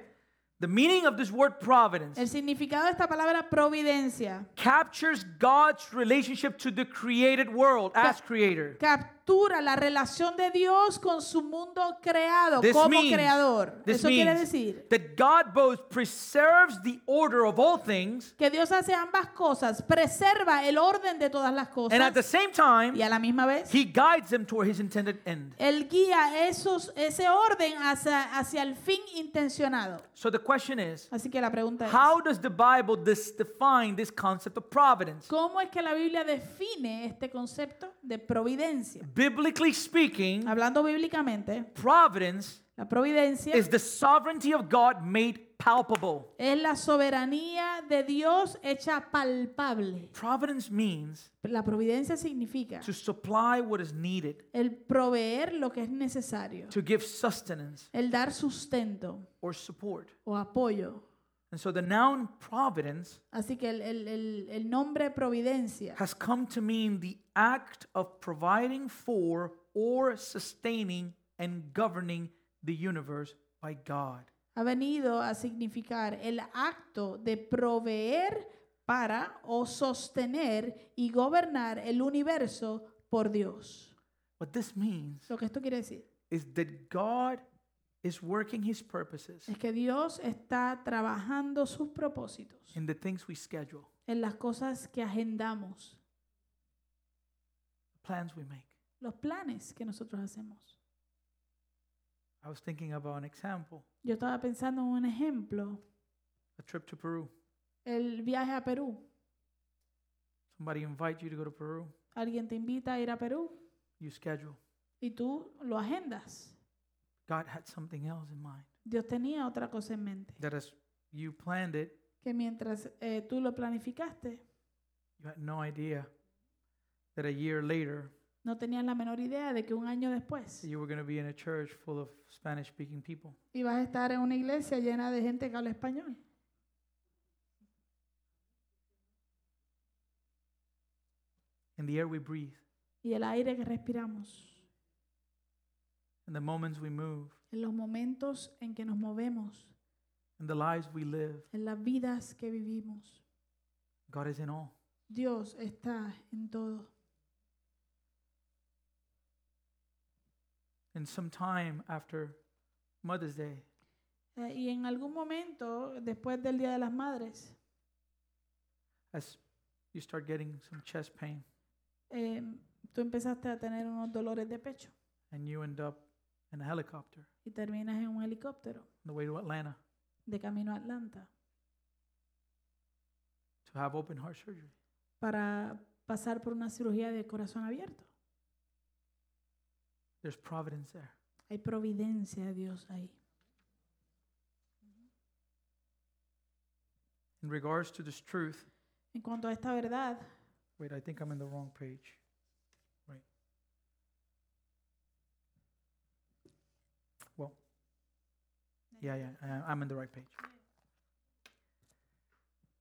Speaker 1: The meaning of this word providence
Speaker 2: El significado de esta palabra providencia
Speaker 1: captures God's relationship to the created world as creator.
Speaker 2: captura captura la relación de Dios con su mundo creado
Speaker 1: This
Speaker 2: como
Speaker 1: means-
Speaker 2: creador.
Speaker 1: this
Speaker 2: Eso quiere
Speaker 1: means
Speaker 2: decir
Speaker 1: that God both preserves the order of all things
Speaker 2: que Dios hace ambas cosas, preserva el orden de todas las
Speaker 1: and at the
Speaker 2: cosas
Speaker 1: same time
Speaker 2: y a la misma vez
Speaker 1: he guides them toward his intended end.
Speaker 2: él guía esos, ese orden hacia, hacia el fin intencionado.
Speaker 1: So the question is,
Speaker 2: Así que la pregunta es,
Speaker 1: how does the Bible dis- define this concept of providence?
Speaker 2: ¿cómo es que la Biblia define este concepto de providencia?
Speaker 1: Biblically speaking,
Speaker 2: Hablando bíblicamente,
Speaker 1: providence
Speaker 2: la providencia
Speaker 1: is the sovereignty of God made palpable.
Speaker 2: es la soberanía de Dios hecha palpable.
Speaker 1: Providence means
Speaker 2: La providencia significa
Speaker 1: to supply what is needed,
Speaker 2: el proveer lo que es necesario,
Speaker 1: to give sustenance
Speaker 2: el dar sustento
Speaker 1: or support.
Speaker 2: o apoyo.
Speaker 1: And so the noun providence
Speaker 2: Así que el, el- el- el nombre providencia
Speaker 1: has come to mean the act of providing for or sustaining and governing the universe by God.
Speaker 2: ha venido a significar el acto de proveer para o sostener y gobernar el universo por Dios.
Speaker 1: What this means
Speaker 2: Lo que esto quiere decir
Speaker 1: is that God is working his purposes
Speaker 2: es que Dios está trabajando sus propósitos
Speaker 1: in the things we schedule,
Speaker 2: en las cosas que agendamos,
Speaker 1: the plans we make.
Speaker 2: los planes que nosotros hacemos.
Speaker 1: I was thinking about an example,
Speaker 2: Yo estaba pensando en un ejemplo,
Speaker 1: a trip to Peru.
Speaker 2: el viaje a Perú.
Speaker 1: Somebody invite you to go to Peru,
Speaker 2: Alguien te invita a ir a Perú
Speaker 1: you schedule.
Speaker 2: y tú lo agendas.
Speaker 1: God had something else in mind.
Speaker 2: Dios tenía otra cosa en mente,
Speaker 1: That as you planned it,
Speaker 2: que mientras eh, tú lo planificaste,
Speaker 1: you had no idea that a year later
Speaker 2: no tenías la menor idea de que un año después
Speaker 1: you were going to be in a church full of Spanish speaking people.
Speaker 2: ibas a estar en una iglesia llena de gente que habla español.
Speaker 1: In the air we breathe,
Speaker 2: Y el aire que respiramos,
Speaker 1: in the moments we move,
Speaker 2: en los momentos en que nos movemos,
Speaker 1: in the lives we live,
Speaker 2: en las vidas que vivimos,
Speaker 1: God is in all.
Speaker 2: Dios está en todo.
Speaker 1: And sometime after Mother's Day,
Speaker 2: Eh, y en algún momento, después del Día de las Madres,
Speaker 1: as you start getting some chest pain
Speaker 2: eh, tú empezaste a tener unos dolores de pecho
Speaker 1: and you end up in a helicopter on
Speaker 2: y terminas en un helicóptero
Speaker 1: the way to Atlanta
Speaker 2: de camino a Atlanta
Speaker 1: to have open heart surgery.
Speaker 2: para pasar por una cirugía de corazón abierto.
Speaker 1: There's providence there.
Speaker 2: Hay providencia de Dios ahí.
Speaker 1: In regards to this truth,
Speaker 2: En cuanto a esta verdad,
Speaker 1: Wait, I think I'm in the wrong page. Right. Well, yeah, yeah, I- I'm in the right page.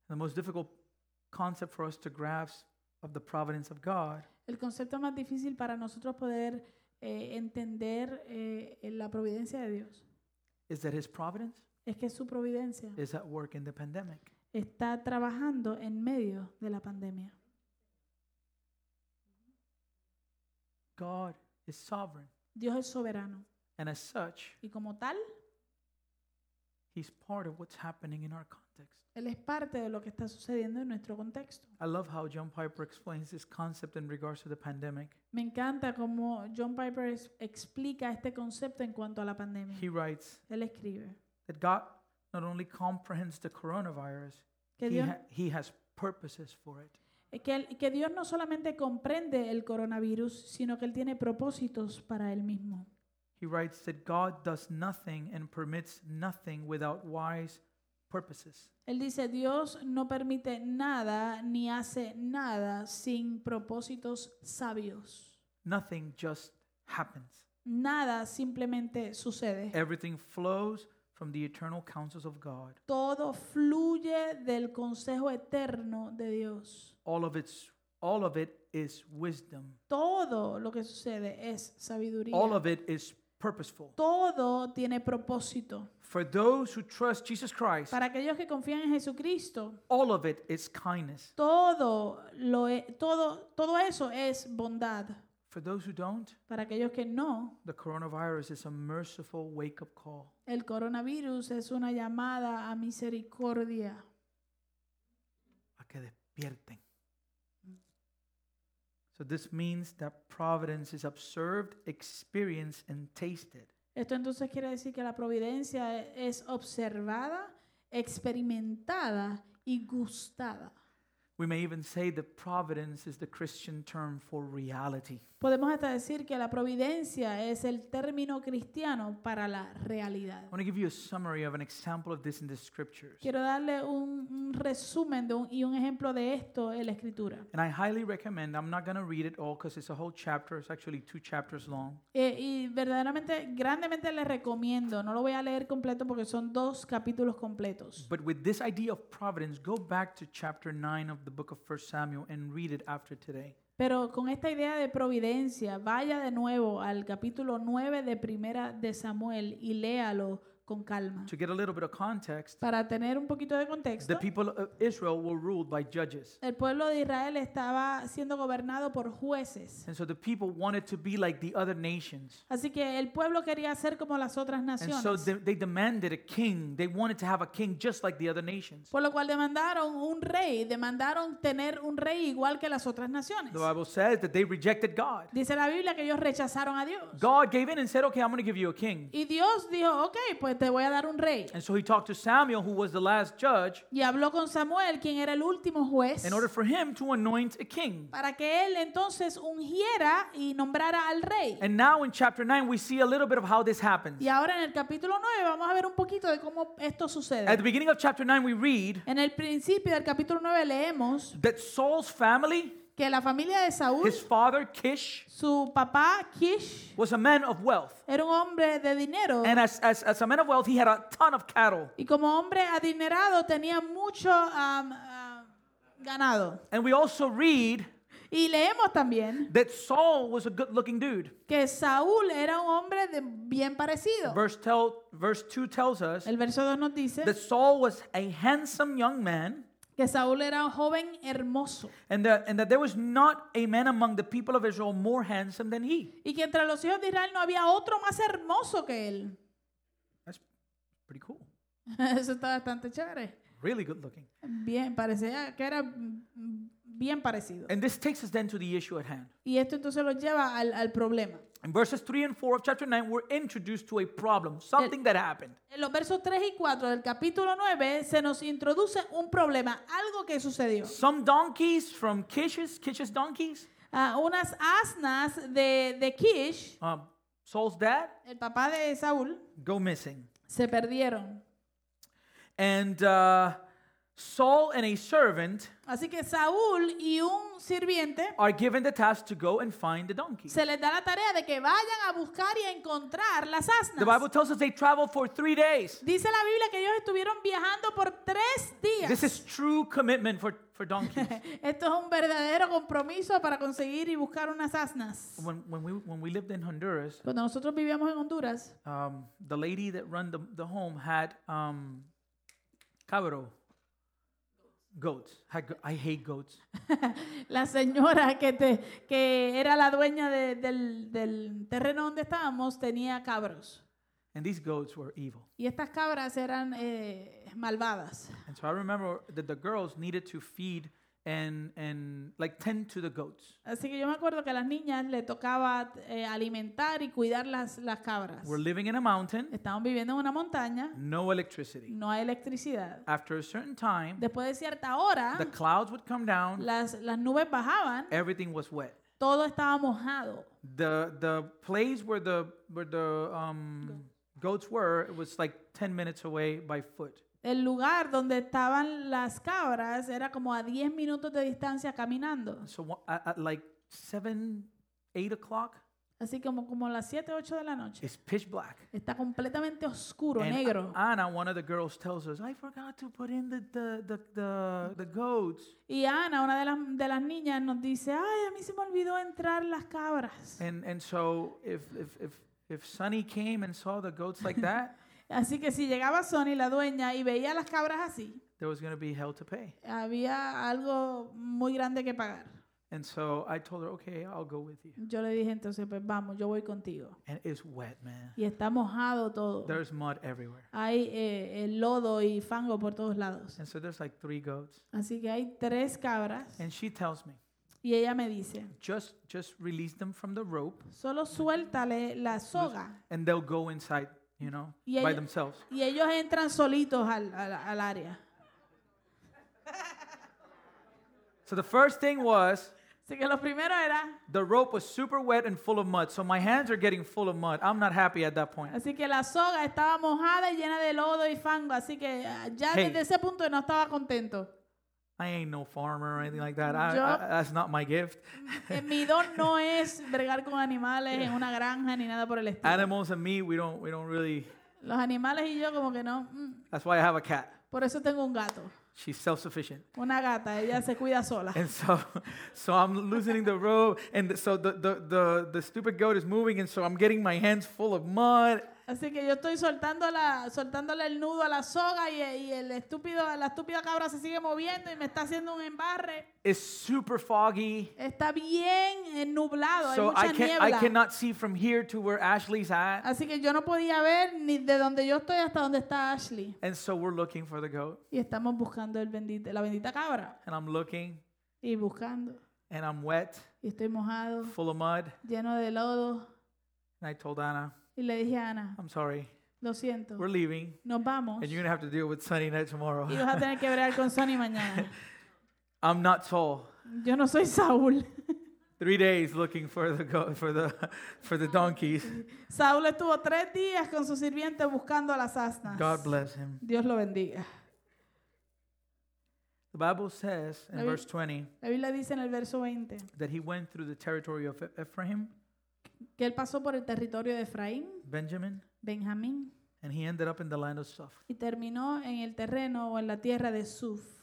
Speaker 1: The most difficult concept for us to grasp of the providence of God
Speaker 2: el concepto más difícil para nosotros poder eh, entender eh, en la providencia de Dios
Speaker 1: is that His providence
Speaker 2: es que su providencia
Speaker 1: is at work in the pandemic.
Speaker 2: está trabajando en medio de la pandemia.
Speaker 1: God is sovereign,
Speaker 2: Dios es soberano
Speaker 1: and as such,
Speaker 2: y como tal,
Speaker 1: He's part of what's happening in our context.
Speaker 2: Él es parte de lo que está sucediendo en nuestro contexto.
Speaker 1: I love how John Piper explains this concept in regards to the pandemic.
Speaker 2: Me encanta cómo John Piper es- explica este concepto en cuanto a la pandemia.
Speaker 1: He writes,
Speaker 2: Él escribe
Speaker 1: that God not only comprehends the coronavirus,
Speaker 2: que
Speaker 1: he,
Speaker 2: Dios, eh,
Speaker 1: ha- he has purposes for it.
Speaker 2: que, él- que Dios no solamente comprende el coronavirus, sino que Él tiene propósitos para Él mismo.
Speaker 1: He writes that God does nothing and permits nothing without wise purposes.
Speaker 2: Él dice, Dios no permite nada ni hace nada sin propósitos sabios.
Speaker 1: Nothing just happens.
Speaker 2: Nada simplemente sucede.
Speaker 1: Everything flows from the eternal counsels of God.
Speaker 2: Todo fluye del consejo eterno de Dios.
Speaker 1: All of its all of it is wisdom.
Speaker 2: Todo lo que sucede es sabiduría.
Speaker 1: All of it is purposeful.
Speaker 2: Todo tiene propósito.
Speaker 1: For those who trust Jesus Christ,
Speaker 2: Para aquellos que confían en Jesucristo,
Speaker 1: all of it is kindness.
Speaker 2: todo lo e- todo todo eso es bondad.
Speaker 1: For For those who don't,
Speaker 2: Para aquellos que no,
Speaker 1: the coronavirus is a merciful wake up call.
Speaker 2: el coronavirus es una llamada a misericordia,
Speaker 1: a que despierten. So this means that providence is observed, experienced, and tasted.
Speaker 2: Esto entonces quiere decir que la providencia e- es observada, experimentada y gustada.
Speaker 1: We may even say that providence is the Christian term for reality.
Speaker 2: Podemos hasta decir que la providencia es el término cristiano para la realidad.
Speaker 1: I want to give you a summary of an example of this in the scriptures.
Speaker 2: Quiero darle un, un resumen de un- y un ejemplo de esto en la escritura.
Speaker 1: And I highly recommend, I'm not going to read it all because it's a whole chapter, it's actually two chapters long.
Speaker 2: Eh, y verdaderamente, grandemente les recomiendo, no lo voy a leer completo porque son dos capítulos completos.
Speaker 1: But with this idea of providence, go back to chapter 9 of the book of 1 Samuel and read it after today.
Speaker 2: Pero con esta idea de providencia, vaya de nuevo al capítulo 9 de Primera de Samuel y léalo con calma.
Speaker 1: To get a little bit of context,
Speaker 2: Para tener un poquito de
Speaker 1: the
Speaker 2: contexto,
Speaker 1: people of Israel were ruled by judges.
Speaker 2: el pueblo de Israel estaba siendo gobernado por jueces.
Speaker 1: And so the people wanted to be like the other nations.
Speaker 2: Así que el pueblo quería ser como las otras
Speaker 1: And so
Speaker 2: naciones.
Speaker 1: they, they demanded a king. They wanted to have a king just like the other nations.
Speaker 2: Por lo cual demandaron un rey, demandaron tener un rey igual que las otras naciones.
Speaker 1: The Bible says that they rejected God.
Speaker 2: Dice la Biblia que ellos rechazaron a Dios.
Speaker 1: God gave in and said, okay, I'm going to give you a king.
Speaker 2: Y Dios dijo, ok, pues te voy a dar un rey.
Speaker 1: And so he talked to Samuel, who was the last judge,
Speaker 2: Y habló con Samuel, quien era el último juez,
Speaker 1: in order for him to anoint a king.
Speaker 2: para que él entonces ungiera y nombrara al rey.
Speaker 1: And now in chapter 9, we see a little bit of how this happens.
Speaker 2: Y ahora en el capítulo 9 vamos a ver un poquito de cómo esto
Speaker 1: At the
Speaker 2: sucede.
Speaker 1: beginning of chapter 9, we read
Speaker 2: En el principio del capítulo 9 leemos
Speaker 1: that Saul's family,
Speaker 2: que la familia de Saúl,
Speaker 1: his father Kish,
Speaker 2: su papá Kish,
Speaker 1: was a man of wealth.
Speaker 2: era un hombre de dinero.
Speaker 1: And as, as, as a man of wealth, he had a ton of cattle.
Speaker 2: Y como hombre adinerado tenía mucho am, am, ganado.
Speaker 1: And we also read
Speaker 2: Y leemos también
Speaker 1: that Saul was a good looking dude.
Speaker 2: que Saúl era un hombre de bien parecido.
Speaker 1: Verse, tell, verse 2 tells us
Speaker 2: El verso 2 nos dice
Speaker 1: that Saul was a handsome young man
Speaker 2: que Saúl era un joven hermoso
Speaker 1: and that, and that there was not a man among the people of Israel more handsome than he.
Speaker 2: y que entre los hijos de Israel no había otro más hermoso que él.
Speaker 1: That's pretty cool.
Speaker 2: Eso está bastante chévere.
Speaker 1: Really good looking.
Speaker 2: Bien, parecía que era mm, bien parecido.
Speaker 1: And this takes us then to the issue at hand.
Speaker 2: Y esto entonces los lleva al, al problema.
Speaker 1: In verses 3 and 4 of chapter 9, we're introduced to a problem, something that happened.
Speaker 2: En los versos 3 y 4 del capítulo 9 se nos introduce un problema, algo que sucedió.
Speaker 1: Some donkeys from Kish's, Kish's donkeys,
Speaker 2: Ah, unas asnas de, de Kish,
Speaker 1: uh, Saul's dad,
Speaker 2: el papá de Saúl,
Speaker 1: go missing.
Speaker 2: se perdieron.
Speaker 1: And uh, Saul and a servant
Speaker 2: Así que Saúl y un sirviente
Speaker 1: are given the task to go and find the donkey.
Speaker 2: se les da la tarea de que vayan a buscar y a encontrar las
Speaker 1: The Bible
Speaker 2: asnas.
Speaker 1: tells us they traveled for three days.
Speaker 2: Dice la Biblia que ellos estuvieron viajando por tres
Speaker 1: This
Speaker 2: días.
Speaker 1: is true commitment for, for donkeys.
Speaker 2: Esto es un verdadero compromiso para conseguir y buscar unas asnas.
Speaker 1: when, when, we, when we lived in Honduras,
Speaker 2: Cuando nosotros vivíamos en Honduras,
Speaker 1: um, the lady that run the, the home had um, cabro, goats. Had go- I hate goats.
Speaker 2: la señora que, te, que era la dueña de- del, del terreno donde estábamos tenía cabros.
Speaker 1: And these goats were evil.
Speaker 2: Y estas cabras eran eh, malvadas.
Speaker 1: And so I remember that the girls needed to feed and, and like tend to the goats.
Speaker 2: Así que yo me acuerdo que a las niñas le tocaba eh, alimentar y cuidar las, las cabras.
Speaker 1: We're living in a mountain,
Speaker 2: Estamos viviendo en una montaña,
Speaker 1: no electricity.
Speaker 2: no hay electricidad.
Speaker 1: After a certain time,
Speaker 2: Después de cierta
Speaker 1: the
Speaker 2: hora,
Speaker 1: clouds would come down,
Speaker 2: las, las nubes bajaban,
Speaker 1: everything was wet.
Speaker 2: todo estaba mojado.
Speaker 1: The the place where the where the um goats were it was like 10 minutes away by foot.
Speaker 2: El lugar donde estaban las cabras era como a 10 minutos de distancia caminando.
Speaker 1: So wha- at, at like 7 8 o'clock
Speaker 2: Así como, como a las 7, 8 de la noche.
Speaker 1: it's pitch black.
Speaker 2: Está completamente oscuro,
Speaker 1: And
Speaker 2: negro.
Speaker 1: Anna, one of the girls, tells us, "I forgot to put in the the the the, the goats."
Speaker 2: Y Ana, una de las, de las niñas, nos dice, ay, a mí se me olvidó entrar las cabras.
Speaker 1: And and so if if if if Sunny came and saw the goats like that,
Speaker 2: Así que si llegaba Sony, la dueña, y veía las cabras así,
Speaker 1: there was going to be hell to pay.
Speaker 2: había algo muy grande que pagar.
Speaker 1: And so I told her, okay, I'll go with you.
Speaker 2: Yo le dije entonces, pues vamos, yo voy contigo.
Speaker 1: And it's wet, man.
Speaker 2: Y está mojado todo.
Speaker 1: There's mud everywhere.
Speaker 2: Hay eh, eh, lodo y fango por todos lados.
Speaker 1: And so there's like three goats.
Speaker 2: Así que hay tres cabras
Speaker 1: And she tells me,
Speaker 2: y ella me dice,
Speaker 1: just just release them from the rope
Speaker 2: solo suéltale la soga
Speaker 1: and they'll go inside, you know,
Speaker 2: Y
Speaker 1: by
Speaker 2: ella-
Speaker 1: themselves.
Speaker 2: y ellos entran solitos al, al- al área.
Speaker 1: So the first thing was
Speaker 2: Así que lo primero era,
Speaker 1: the rope was super wet and full of mud. So my hands are getting full of mud. I'm not happy at that point.
Speaker 2: así que la soga estaba mojada y llena de lodo y fango, así que ah, ya
Speaker 1: Hey.
Speaker 2: desde ese punto no estaba contento.
Speaker 1: I ain't no farmer or anything like that. I,
Speaker 2: Yo-
Speaker 1: I, that's not my gift.
Speaker 2: Eh, mi don no es bregar con animales en una granja ni nada por el estilo.
Speaker 1: Animals and me, we don't we don't really.
Speaker 2: Los animales y yo como que no. mm.
Speaker 1: That's why I have a cat.
Speaker 2: Por eso tengo un gato,
Speaker 1: She's self-sufficient.
Speaker 2: una gata, ella se cuida sola.
Speaker 1: And so, so I'm loosening the rope, and so the, the, the, the stupid goat is moving, and so I'm getting my hands full of mud.
Speaker 2: Así que yo estoy soltando la, soltándole el nudo a la soga y, y el estúpido, la estúpida cabra se sigue moviendo y me está haciendo un embarre.
Speaker 1: It's super foggy,
Speaker 2: Está bien eh, nublado,
Speaker 1: so
Speaker 2: hay
Speaker 1: I
Speaker 2: mucha
Speaker 1: can't I
Speaker 2: niebla.
Speaker 1: cannot see from here to where Ashley's at.
Speaker 2: Así que yo no podía ver ni de donde yo estoy hasta donde está Ashley.
Speaker 1: And so we're looking for the goat,
Speaker 2: Y estamos buscando el bendito, la bendita cabra.
Speaker 1: and I'm looking,
Speaker 2: Y buscando.
Speaker 1: and I'm wet,
Speaker 2: Y estoy mojado,
Speaker 1: full of mud.
Speaker 2: lleno de lodo.
Speaker 1: And I told Anna,
Speaker 2: Y le dije a Ana,
Speaker 1: I'm sorry,
Speaker 2: lo siento,
Speaker 1: we're leaving,
Speaker 2: nos vamos.
Speaker 1: and you're
Speaker 2: Y
Speaker 1: gonna have to deal with Sunny night tomorrow.
Speaker 2: vas a tener que bregar con Sony mañana.
Speaker 1: I'm not tall.
Speaker 2: Yo no soy Saúl.
Speaker 1: Three days looking for the goat, for the for the donkeys.
Speaker 2: Saúl estuvo tres días con su sirviente buscando a las asnas.
Speaker 1: God bless him.
Speaker 2: Dios lo bendiga.
Speaker 1: The Bible says in
Speaker 2: David-
Speaker 1: verse 20
Speaker 2: La Biblia dice en el verso 20
Speaker 1: that he went through the territory of Eph- Ephraim,
Speaker 2: que él pasó por el territorio de Efraín,
Speaker 1: Benjamin,
Speaker 2: Benjamín,
Speaker 1: and he ended up in the land of Suf.
Speaker 2: y terminó en el terreno o en la tierra de Suf,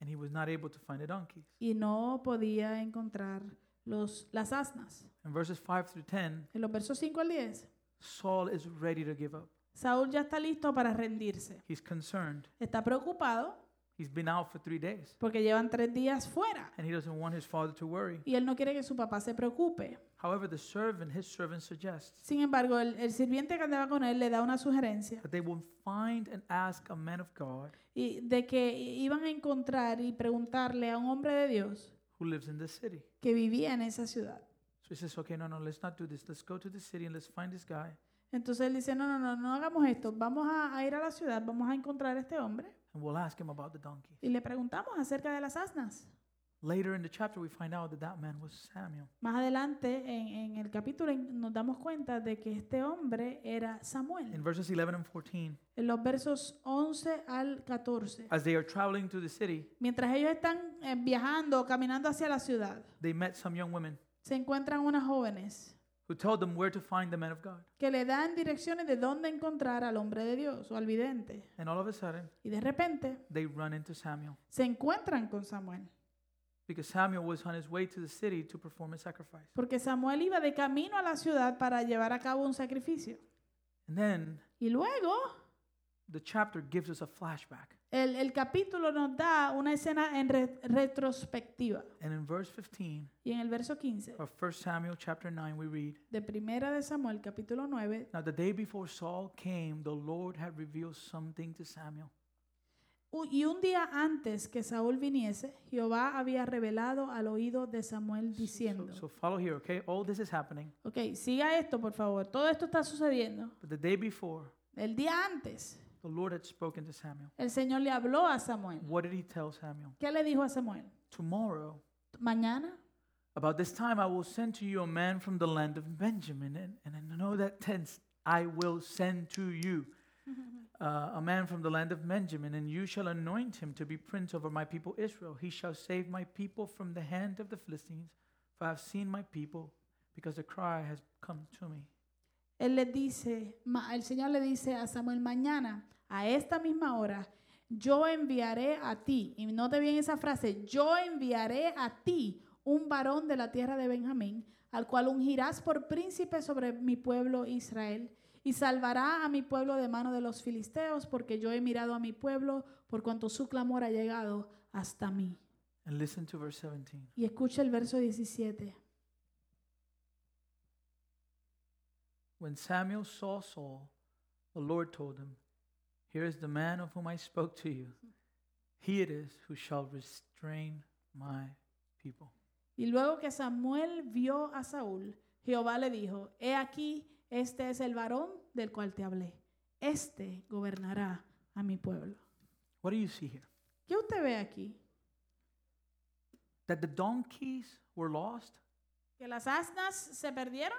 Speaker 1: And he was not able to find the donkeys.
Speaker 2: y no podía encontrar los, las asnas.
Speaker 1: In verses 5 through 10,
Speaker 2: En los versos 5 al 10,
Speaker 1: Saul is ready to give up.
Speaker 2: Saúl ya está listo para rendirse.
Speaker 1: He's concerned.
Speaker 2: Está preocupado
Speaker 1: He's been out for three days,
Speaker 2: porque llevan tres días fuera
Speaker 1: and he doesn't want his father to worry.
Speaker 2: y él no quiere que su papá se preocupe.
Speaker 1: However, the servant, his servant, suggests
Speaker 2: Sin embargo, el, el sirviente que andaba con él le da una sugerencia.
Speaker 1: that they will find and ask a man of God
Speaker 2: y de que i- iban a encontrar y preguntarle a un hombre de Dios
Speaker 1: who lives in the city.
Speaker 2: que vivía en esa ciudad.
Speaker 1: So he says, okay, no, no, let's not do this. Let's go to the city and let's find this guy,
Speaker 2: Entonces él dice, no, no, no, no hagamos esto, vamos a, a ir a la ciudad, vamos a encontrar a este hombre
Speaker 1: and we'll ask him about the donkey.
Speaker 2: y le preguntamos acerca de las asnas.
Speaker 1: Later in the chapter, we find out that that man was Samuel.
Speaker 2: Más adelante en, en el capítulo en- nos damos cuenta de que este hombre era
Speaker 1: In
Speaker 2: Samuel.
Speaker 1: verses 11 and 14,
Speaker 2: En los versos 11 al 14,
Speaker 1: as they are traveling through the city,
Speaker 2: mientras ellos están eh, viajando, caminando hacia la ciudad,
Speaker 1: they met some young women
Speaker 2: se encuentran unas jóvenes
Speaker 1: who told them where to find the man of God.
Speaker 2: que le dan direcciones de dónde encontrar al hombre de Dios o al vidente.
Speaker 1: And all of a sudden,
Speaker 2: Y de repente
Speaker 1: they run into Samuel
Speaker 2: se encuentran con Samuel,
Speaker 1: because Samuel was on his way to the city to perform a sacrifice.
Speaker 2: porque Samuel iba de camino a la ciudad para llevar a cabo un sacrificio.
Speaker 1: And then
Speaker 2: Y luego
Speaker 1: the chapter gives us a flashback.
Speaker 2: el, el capítulo nos da una escena en re- retrospectiva.
Speaker 1: And in verse 15
Speaker 2: Y en el verso 15
Speaker 1: of 1 Samuel chapter 9, we read
Speaker 2: de Primera de Samuel, capítulo 9,
Speaker 1: Now, the day before Saul came, the Lord had revealed something to Samuel.
Speaker 2: "U- y un día antes que Saúl viniese, Jehová había revelado al oído de Samuel
Speaker 1: So,
Speaker 2: diciendo,
Speaker 1: so follow here, okay? All this is happening.
Speaker 2: ok, siga esto por favor, todo esto está sucediendo.
Speaker 1: But the day before,
Speaker 2: El día antes,
Speaker 1: the Lord had spoken to Samuel.
Speaker 2: el Señor le habló a Samuel.
Speaker 1: What did he tell Samuel?
Speaker 2: ¿Qué le dijo a Samuel?
Speaker 1: Tomorrow,
Speaker 2: Mañana
Speaker 1: About this time I will send to you a man from the land of Benjamin. And, and I know that tense, I will send to you uh, a man from the land of Benjamin, and you shall anoint him to be prince over my people Israel. He shall save my people from the hand of the Philistines, for I have seen my people, because the cry has come to me.
Speaker 2: Él le dice, ma- el Señor le dice a Samuel, mañana, a esta misma hora, yo enviaré a ti, y note bien esa frase, yo enviaré a ti un varón de la tierra de Benjamín, al cual ungirás por príncipe sobre mi pueblo Israel, y salvará a mi pueblo de mano de los filisteos, porque yo he mirado a mi pueblo, por cuanto su clamor ha llegado hasta mí.
Speaker 1: And listen to verse 17.
Speaker 2: Y escucha el verso 17.
Speaker 1: When Samuel saw Saul, the Lord told him, Here is the man of whom I spoke to you. He it is who shall restrain my people.
Speaker 2: Y luego que Samuel vio a Saúl, Jehová le dijo, He aquí, este es el varón del cual te hablé. Este gobernará a mi pueblo.
Speaker 1: What do you see here?
Speaker 2: ¿Qué usted ve aquí?
Speaker 1: That the donkeys were lost
Speaker 2: ¿Que las asnas se perdieron?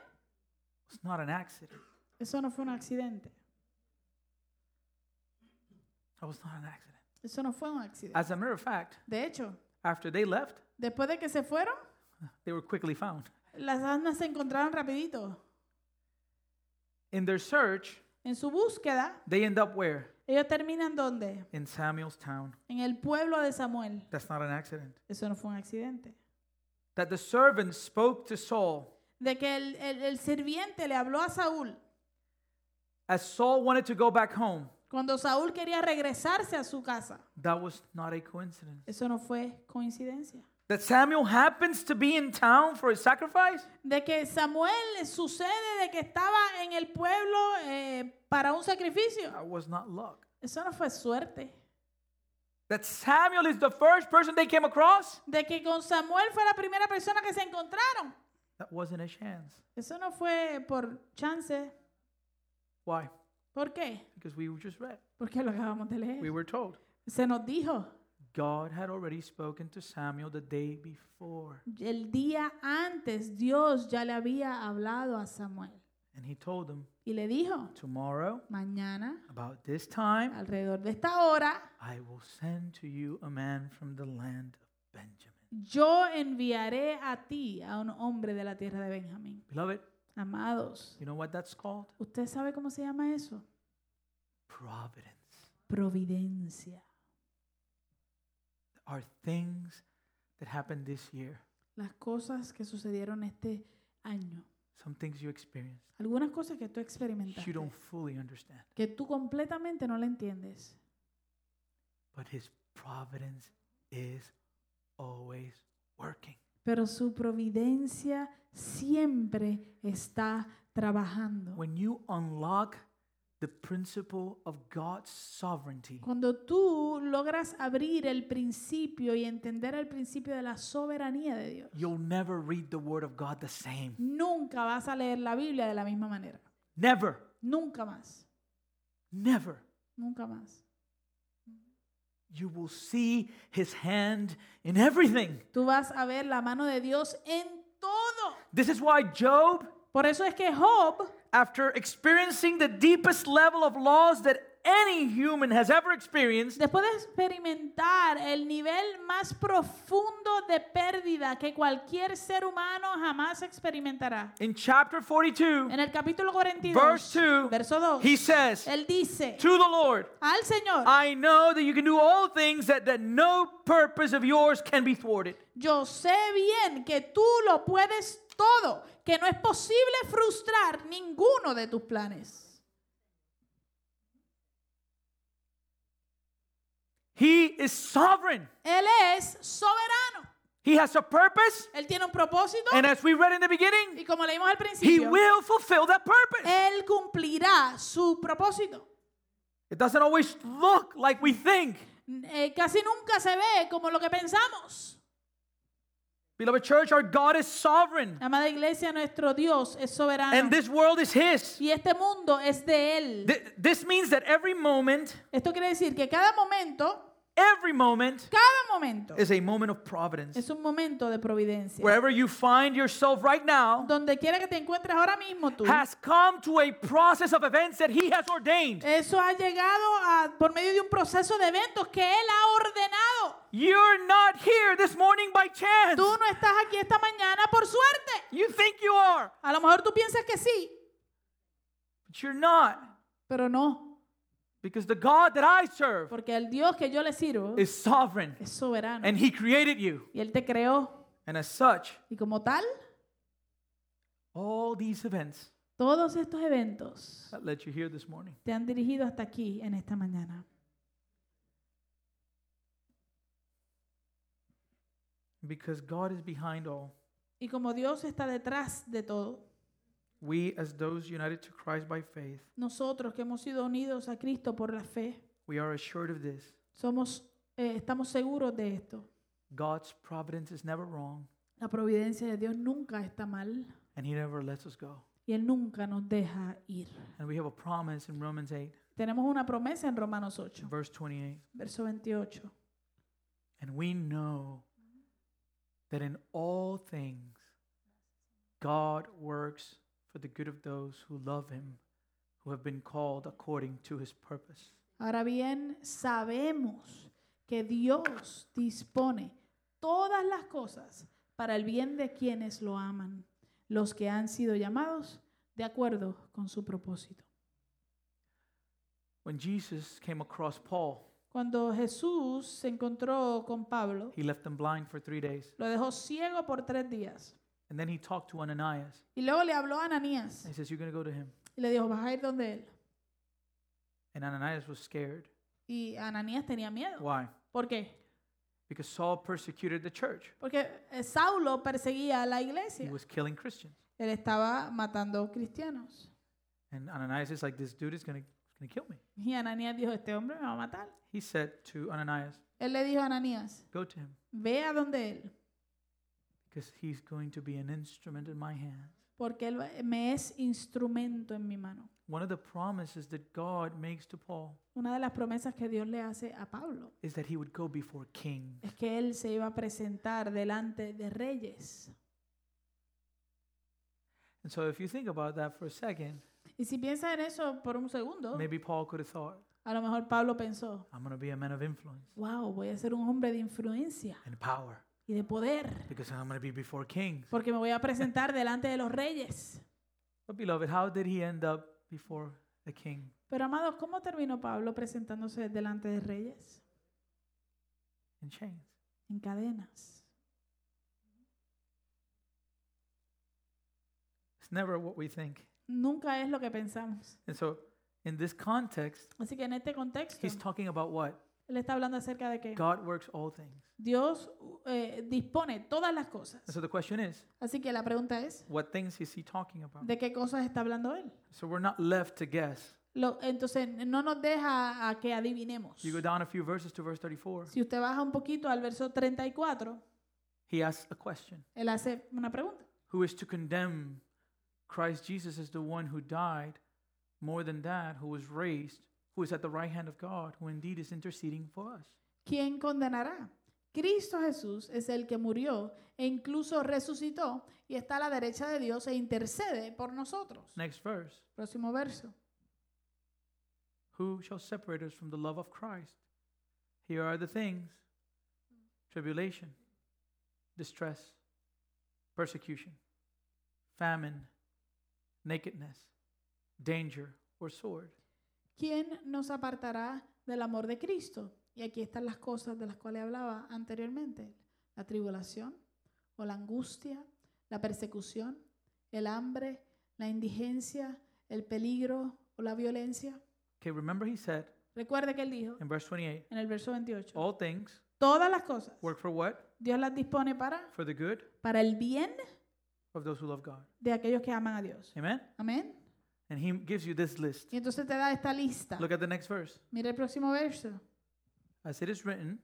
Speaker 1: was not an accident.
Speaker 2: Eso no fue un accidente.
Speaker 1: That was not an accident.
Speaker 2: Eso no fue un accidente.
Speaker 1: As a matter of fact,
Speaker 2: De hecho,
Speaker 1: after they left,
Speaker 2: después de que se fueron,
Speaker 1: they were quickly found.
Speaker 2: las asnas se encontraron rapidito.
Speaker 1: In their search,
Speaker 2: En su búsqueda,
Speaker 1: they end up where?
Speaker 2: ellos terminan donde?
Speaker 1: In Samuel's town.
Speaker 2: En el pueblo de Samuel.
Speaker 1: That's not an accident.
Speaker 2: Eso no fue un accidente.
Speaker 1: That the servant spoke to Saul.
Speaker 2: De que el, el- el sirviente le habló a Saúl.
Speaker 1: As Saul wanted to go back home,
Speaker 2: Cuando Saúl quería regresarse a su casa.
Speaker 1: that was not a coincidence.
Speaker 2: Eso no fue coincidencia.
Speaker 1: That Samuel happens to be in town for his sacrifice?
Speaker 2: De que Samuel sucede de que estaba en el pueblo eh, para un sacrificio.
Speaker 1: That was not luck.
Speaker 2: Eso no fue suerte.
Speaker 1: That Samuel is the first person they came across?
Speaker 2: De que con Samuel fue la primera persona que se encontraron.
Speaker 1: That wasn't a chance.
Speaker 2: Eso no fue por chance.
Speaker 1: Why?
Speaker 2: ¿Por qué?
Speaker 1: Because we just read.
Speaker 2: Porque lo acabamos de
Speaker 1: We
Speaker 2: leer.
Speaker 1: were told.
Speaker 2: Se nos dijo
Speaker 1: God had already spoken to Samuel the day before,
Speaker 2: el día antes Dios ya le había hablado a Samuel
Speaker 1: and he told him,
Speaker 2: y le dijo,
Speaker 1: Tomorrow,
Speaker 2: mañana
Speaker 1: about this time,
Speaker 2: alrededor de esta hora
Speaker 1: I will send to you a man from the land of Benjamin.
Speaker 2: yo enviaré a ti a un hombre de la tierra de Benjamín.
Speaker 1: Beloved,
Speaker 2: Amados,
Speaker 1: you know what that's called?
Speaker 2: ¿usted sabe cómo se llama eso?
Speaker 1: Providence.
Speaker 2: Providencia.
Speaker 1: There are things that happened this year,
Speaker 2: Las cosas que sucedieron este año.
Speaker 1: some things you experienced,
Speaker 2: Algunas cosas que tú
Speaker 1: you
Speaker 2: experimentaste
Speaker 1: don't fully understand.
Speaker 2: que tú completamente no la entiendes.
Speaker 1: But his providence is always working.
Speaker 2: pero su providencia siempre está trabajando.
Speaker 1: When you unlock the principle of God's sovereignty,
Speaker 2: Cuando tú logras abrir el principio y entender el principio de la soberanía de Dios,
Speaker 1: you'll never read the word of God the same.
Speaker 2: nunca vas a leer la Biblia de la misma manera.
Speaker 1: Never,
Speaker 2: Nunca más.
Speaker 1: never.
Speaker 2: Nunca más.
Speaker 1: You will see his hand in everything.
Speaker 2: Tú vas a ver la mano de Dios en todo.
Speaker 1: This is why Job,
Speaker 2: Por eso es que Job,
Speaker 1: after experiencing the deepest level of loss that any human has ever experienced,
Speaker 2: después de experimentar el nivel más profundo de pérdida que cualquier ser humano jamás experimentará,
Speaker 1: in chapter 42,
Speaker 2: En el capítulo 42,
Speaker 1: Verse 2,
Speaker 2: verso 2,
Speaker 1: he says,
Speaker 2: él dice
Speaker 1: To the Lord,
Speaker 2: al Señor,
Speaker 1: I know that you can do all things that, that no purpose of yours can be thwarted.
Speaker 2: yo sé bien que tú lo puedes todo, que no es posible frustrar ninguno de tus planes.
Speaker 1: He is sovereign.
Speaker 2: Él es soberano.
Speaker 1: He has a purpose,
Speaker 2: Él tiene un propósito
Speaker 1: and as we read in the beginning,
Speaker 2: y como leímos al
Speaker 1: he
Speaker 2: principio,
Speaker 1: will fulfill that purpose.
Speaker 2: él cumplirá su propósito.
Speaker 1: It doesn't always look like we think.
Speaker 2: Eh, casi nunca se ve como lo que pensamos.
Speaker 1: Beloved church, our God is sovereign,
Speaker 2: Amada iglesia, nuestro Dios es soberano
Speaker 1: and this world is his.
Speaker 2: y este mundo es de él.
Speaker 1: Th- This means that every moment,
Speaker 2: Esto quiere decir que cada momento
Speaker 1: every moment
Speaker 2: Cada momento
Speaker 1: is a moment of providence.
Speaker 2: es un momento de providencia.
Speaker 1: Wherever you find yourself right now
Speaker 2: Donde quiera que te encuentres ahora mismo tú,
Speaker 1: has come to a process of events that he has ordained.
Speaker 2: eso ha llegado a- por medio de un proceso de eventos que Él ha ordenado.
Speaker 1: You're not here this morning by chance.
Speaker 2: Tú no estás aquí esta mañana por suerte.
Speaker 1: You think you are,
Speaker 2: A lo mejor tú piensas que sí,
Speaker 1: but you're not.
Speaker 2: pero no,
Speaker 1: Because the God that I serve
Speaker 2: porque el Dios que yo le sirvo
Speaker 1: is sovereign
Speaker 2: es soberano
Speaker 1: and he created you.
Speaker 2: y Él te creó.
Speaker 1: And as such,
Speaker 2: Y como tal,
Speaker 1: all these events
Speaker 2: todos estos eventos
Speaker 1: that led you here this morning,
Speaker 2: te han dirigido hasta aquí en esta mañana.
Speaker 1: because God is behind all.
Speaker 2: Y como Dios está detrás de todo,
Speaker 1: We, as those united to Christ by faith,
Speaker 2: nosotros que hemos sido unidos a Cristo por la fe,
Speaker 1: we are assured of this
Speaker 2: somos, eh, estamos seguros de esto.
Speaker 1: God's providence is never wrong,
Speaker 2: La providencia de Dios nunca está mal
Speaker 1: and He never lets us go.
Speaker 2: y Él nunca nos deja ir.
Speaker 1: And we have a promise in Romans 8,
Speaker 2: Tenemos una promesa en Romanos 8,
Speaker 1: verse 28.
Speaker 2: verso 28.
Speaker 1: And we know that in all things, God works for the good of those who love Him, who have been called according to His purpose.
Speaker 2: Ahora bien, sabemos que Dios dispone todas las cosas para el bien de quienes lo aman, los que han sido llamados de acuerdo con su propósito.
Speaker 1: When Jesus came across Paul,
Speaker 2: Cuando Jesús se encontró con Pablo,
Speaker 1: He left him blind for three days.
Speaker 2: lo dejó ciego por tres días.
Speaker 1: And then He talked to Ananias.
Speaker 2: Y luego le habló a
Speaker 1: And
Speaker 2: Ananías
Speaker 1: he says, You're going to go to him.
Speaker 2: y le dijo, vas a ir donde él.
Speaker 1: And Ananias was scared.
Speaker 2: Y Ananías tenía miedo.
Speaker 1: Why?
Speaker 2: ¿Por qué?
Speaker 1: Because Saul persecuted the church,
Speaker 2: Porque eh, Saulo perseguía a la
Speaker 1: he
Speaker 2: iglesia.
Speaker 1: was killing Christians.
Speaker 2: Él estaba matando cristianos.
Speaker 1: And Ananias is like, This dude is going to, going to kill me.
Speaker 2: Y Ananías dijo, este hombre me va a matar.
Speaker 1: He said to Ananias,
Speaker 2: Él le dijo a Ananías,
Speaker 1: Go to him,
Speaker 2: ve a donde él,
Speaker 1: because he's going to be an instrument in my hands.
Speaker 2: porque él va- me es instrumento en mi mano.
Speaker 1: One of the promises that God makes to Paul
Speaker 2: Una de las promesas que Dios le hace a Pablo
Speaker 1: is that he would go before kings.
Speaker 2: es que él se iba a presentar delante de reyes.
Speaker 1: And so, if you think about that for a second,
Speaker 2: Y si piensas en eso por un segundo,
Speaker 1: maybe Paul could have thought,
Speaker 2: a lo mejor Pablo pensó,
Speaker 1: I'm going to be a man of influence
Speaker 2: wow, voy a ser un hombre de influencia
Speaker 1: and power
Speaker 2: y de poder,
Speaker 1: because I'm going to be before kings.
Speaker 2: porque me voy a presentar delante de los reyes.
Speaker 1: But, beloved, how did he end up before the king?
Speaker 2: Pero amados, ¿cómo terminó Pablo presentándose delante de reyes?
Speaker 1: In chains.
Speaker 2: En cadenas.
Speaker 1: It's never what we think.
Speaker 2: Nunca es lo que pensamos.
Speaker 1: And so, in this context,
Speaker 2: Así que en este contexto,
Speaker 1: he's talking about what?
Speaker 2: él está hablando acerca de que
Speaker 1: God works all things.
Speaker 2: Dios eh, dispone todas las cosas.
Speaker 1: And so, the question is,
Speaker 2: Así que la pregunta es,
Speaker 1: what things is he talking about?
Speaker 2: ¿de qué cosas está hablando él?
Speaker 1: So, we're not left to guess.
Speaker 2: Lo- entonces, no nos deja a que adivinemos.
Speaker 1: You go down a few verses to verse 34,
Speaker 2: Si usted baja un poquito al verso 34,
Speaker 1: he asks a question.
Speaker 2: él hace una pregunta.
Speaker 1: Who is to condemn? Christ Jesus is the one who died, more than that, who was raised, who is at the right hand of God, who indeed is interceding for us.
Speaker 2: ¿Quién condenará? Cristo Jesús es el que murió e incluso resucitó y está a la derecha de Dios e intercede por nosotros.
Speaker 1: Next verse.
Speaker 2: Próximo verso.
Speaker 1: Who shall separate us from the love of Christ? Here are the things tribulation, distress, persecution, famine, nakedness, danger, or sword.
Speaker 2: ¿Quién nos apartará del amor de Cristo? Y aquí están las cosas de las cuales hablaba anteriormente. La tribulación o la angustia, la persecución, el hambre, la indigencia, el peligro o la violencia.
Speaker 1: Okay, remember he said
Speaker 2: Recuerde que él dijo
Speaker 1: in verse 28
Speaker 2: en el verso 28,
Speaker 1: all things
Speaker 2: todas las cosas
Speaker 1: work for what?
Speaker 2: Dios las dispone para,
Speaker 1: For the good
Speaker 2: para el bien
Speaker 1: of those who love God.
Speaker 2: de aquellos que aman a Dios.
Speaker 1: Amen?
Speaker 2: Amén.
Speaker 1: And he gives you this list.
Speaker 2: Y entonces te da esta lista.
Speaker 1: Look at the next verse.
Speaker 2: Mira el próximo verso.
Speaker 1: As it is written,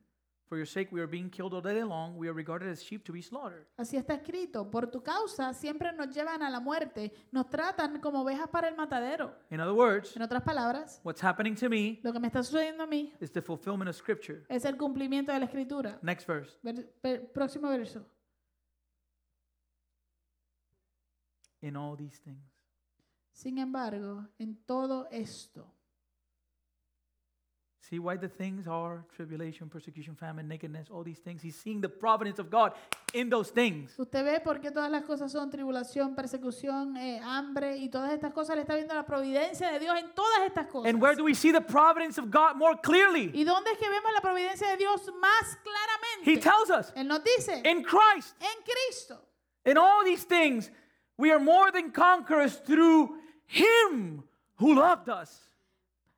Speaker 1: For your sake we are being killed all day long, we are regarded as sheep to be slaughtered.
Speaker 2: Así está escrito, por tu causa siempre nos llevan a la muerte, nos tratan como ovejas para el matadero.
Speaker 1: In other words,
Speaker 2: En otras palabras,
Speaker 1: what's happening to me
Speaker 2: lo que me está sucediendo a mí
Speaker 1: is the fulfillment of Scripture.
Speaker 2: es el cumplimiento de la escritura.
Speaker 1: Next verse.
Speaker 2: Ver- ver- próximo verso.
Speaker 1: In all these things,
Speaker 2: Sin embargo, en todo esto,
Speaker 1: see why the things are tribulation, persecution, famine, nakedness, all these things. He's seeing the providence of God in those things.
Speaker 2: usted ve por qué todas las cosas son tribulación, persecución, eh, hambre y todas estas cosas. Le está viendo la providencia de Dios en todas estas cosas.
Speaker 1: And where do we see the providence of God more clearly?
Speaker 2: ¿Y dónde es que vemos la providencia de Dios más
Speaker 1: He
Speaker 2: claramente?
Speaker 1: tells us
Speaker 2: Él nos dice,
Speaker 1: in Christ,
Speaker 2: en Cristo.
Speaker 1: in all these things, we are more than conquerors through Him who loved us.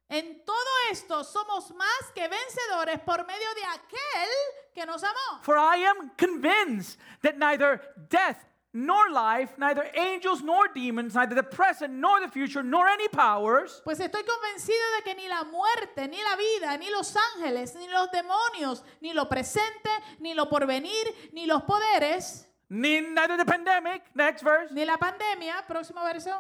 Speaker 2: En todo esto somos más que vencedores por medio de aquel que nos amó.
Speaker 1: For I am convinced that neither death nor life, neither angels nor demons, neither the present nor the future, nor any powers,
Speaker 2: Pues estoy convencido de que ni la muerte, ni la vida, ni los ángeles, ni los demonios, ni lo presente, ni lo porvenir, ni los poderes,
Speaker 1: ne- neither the pandemic, next verse,
Speaker 2: ni la pandemia, próximo verso,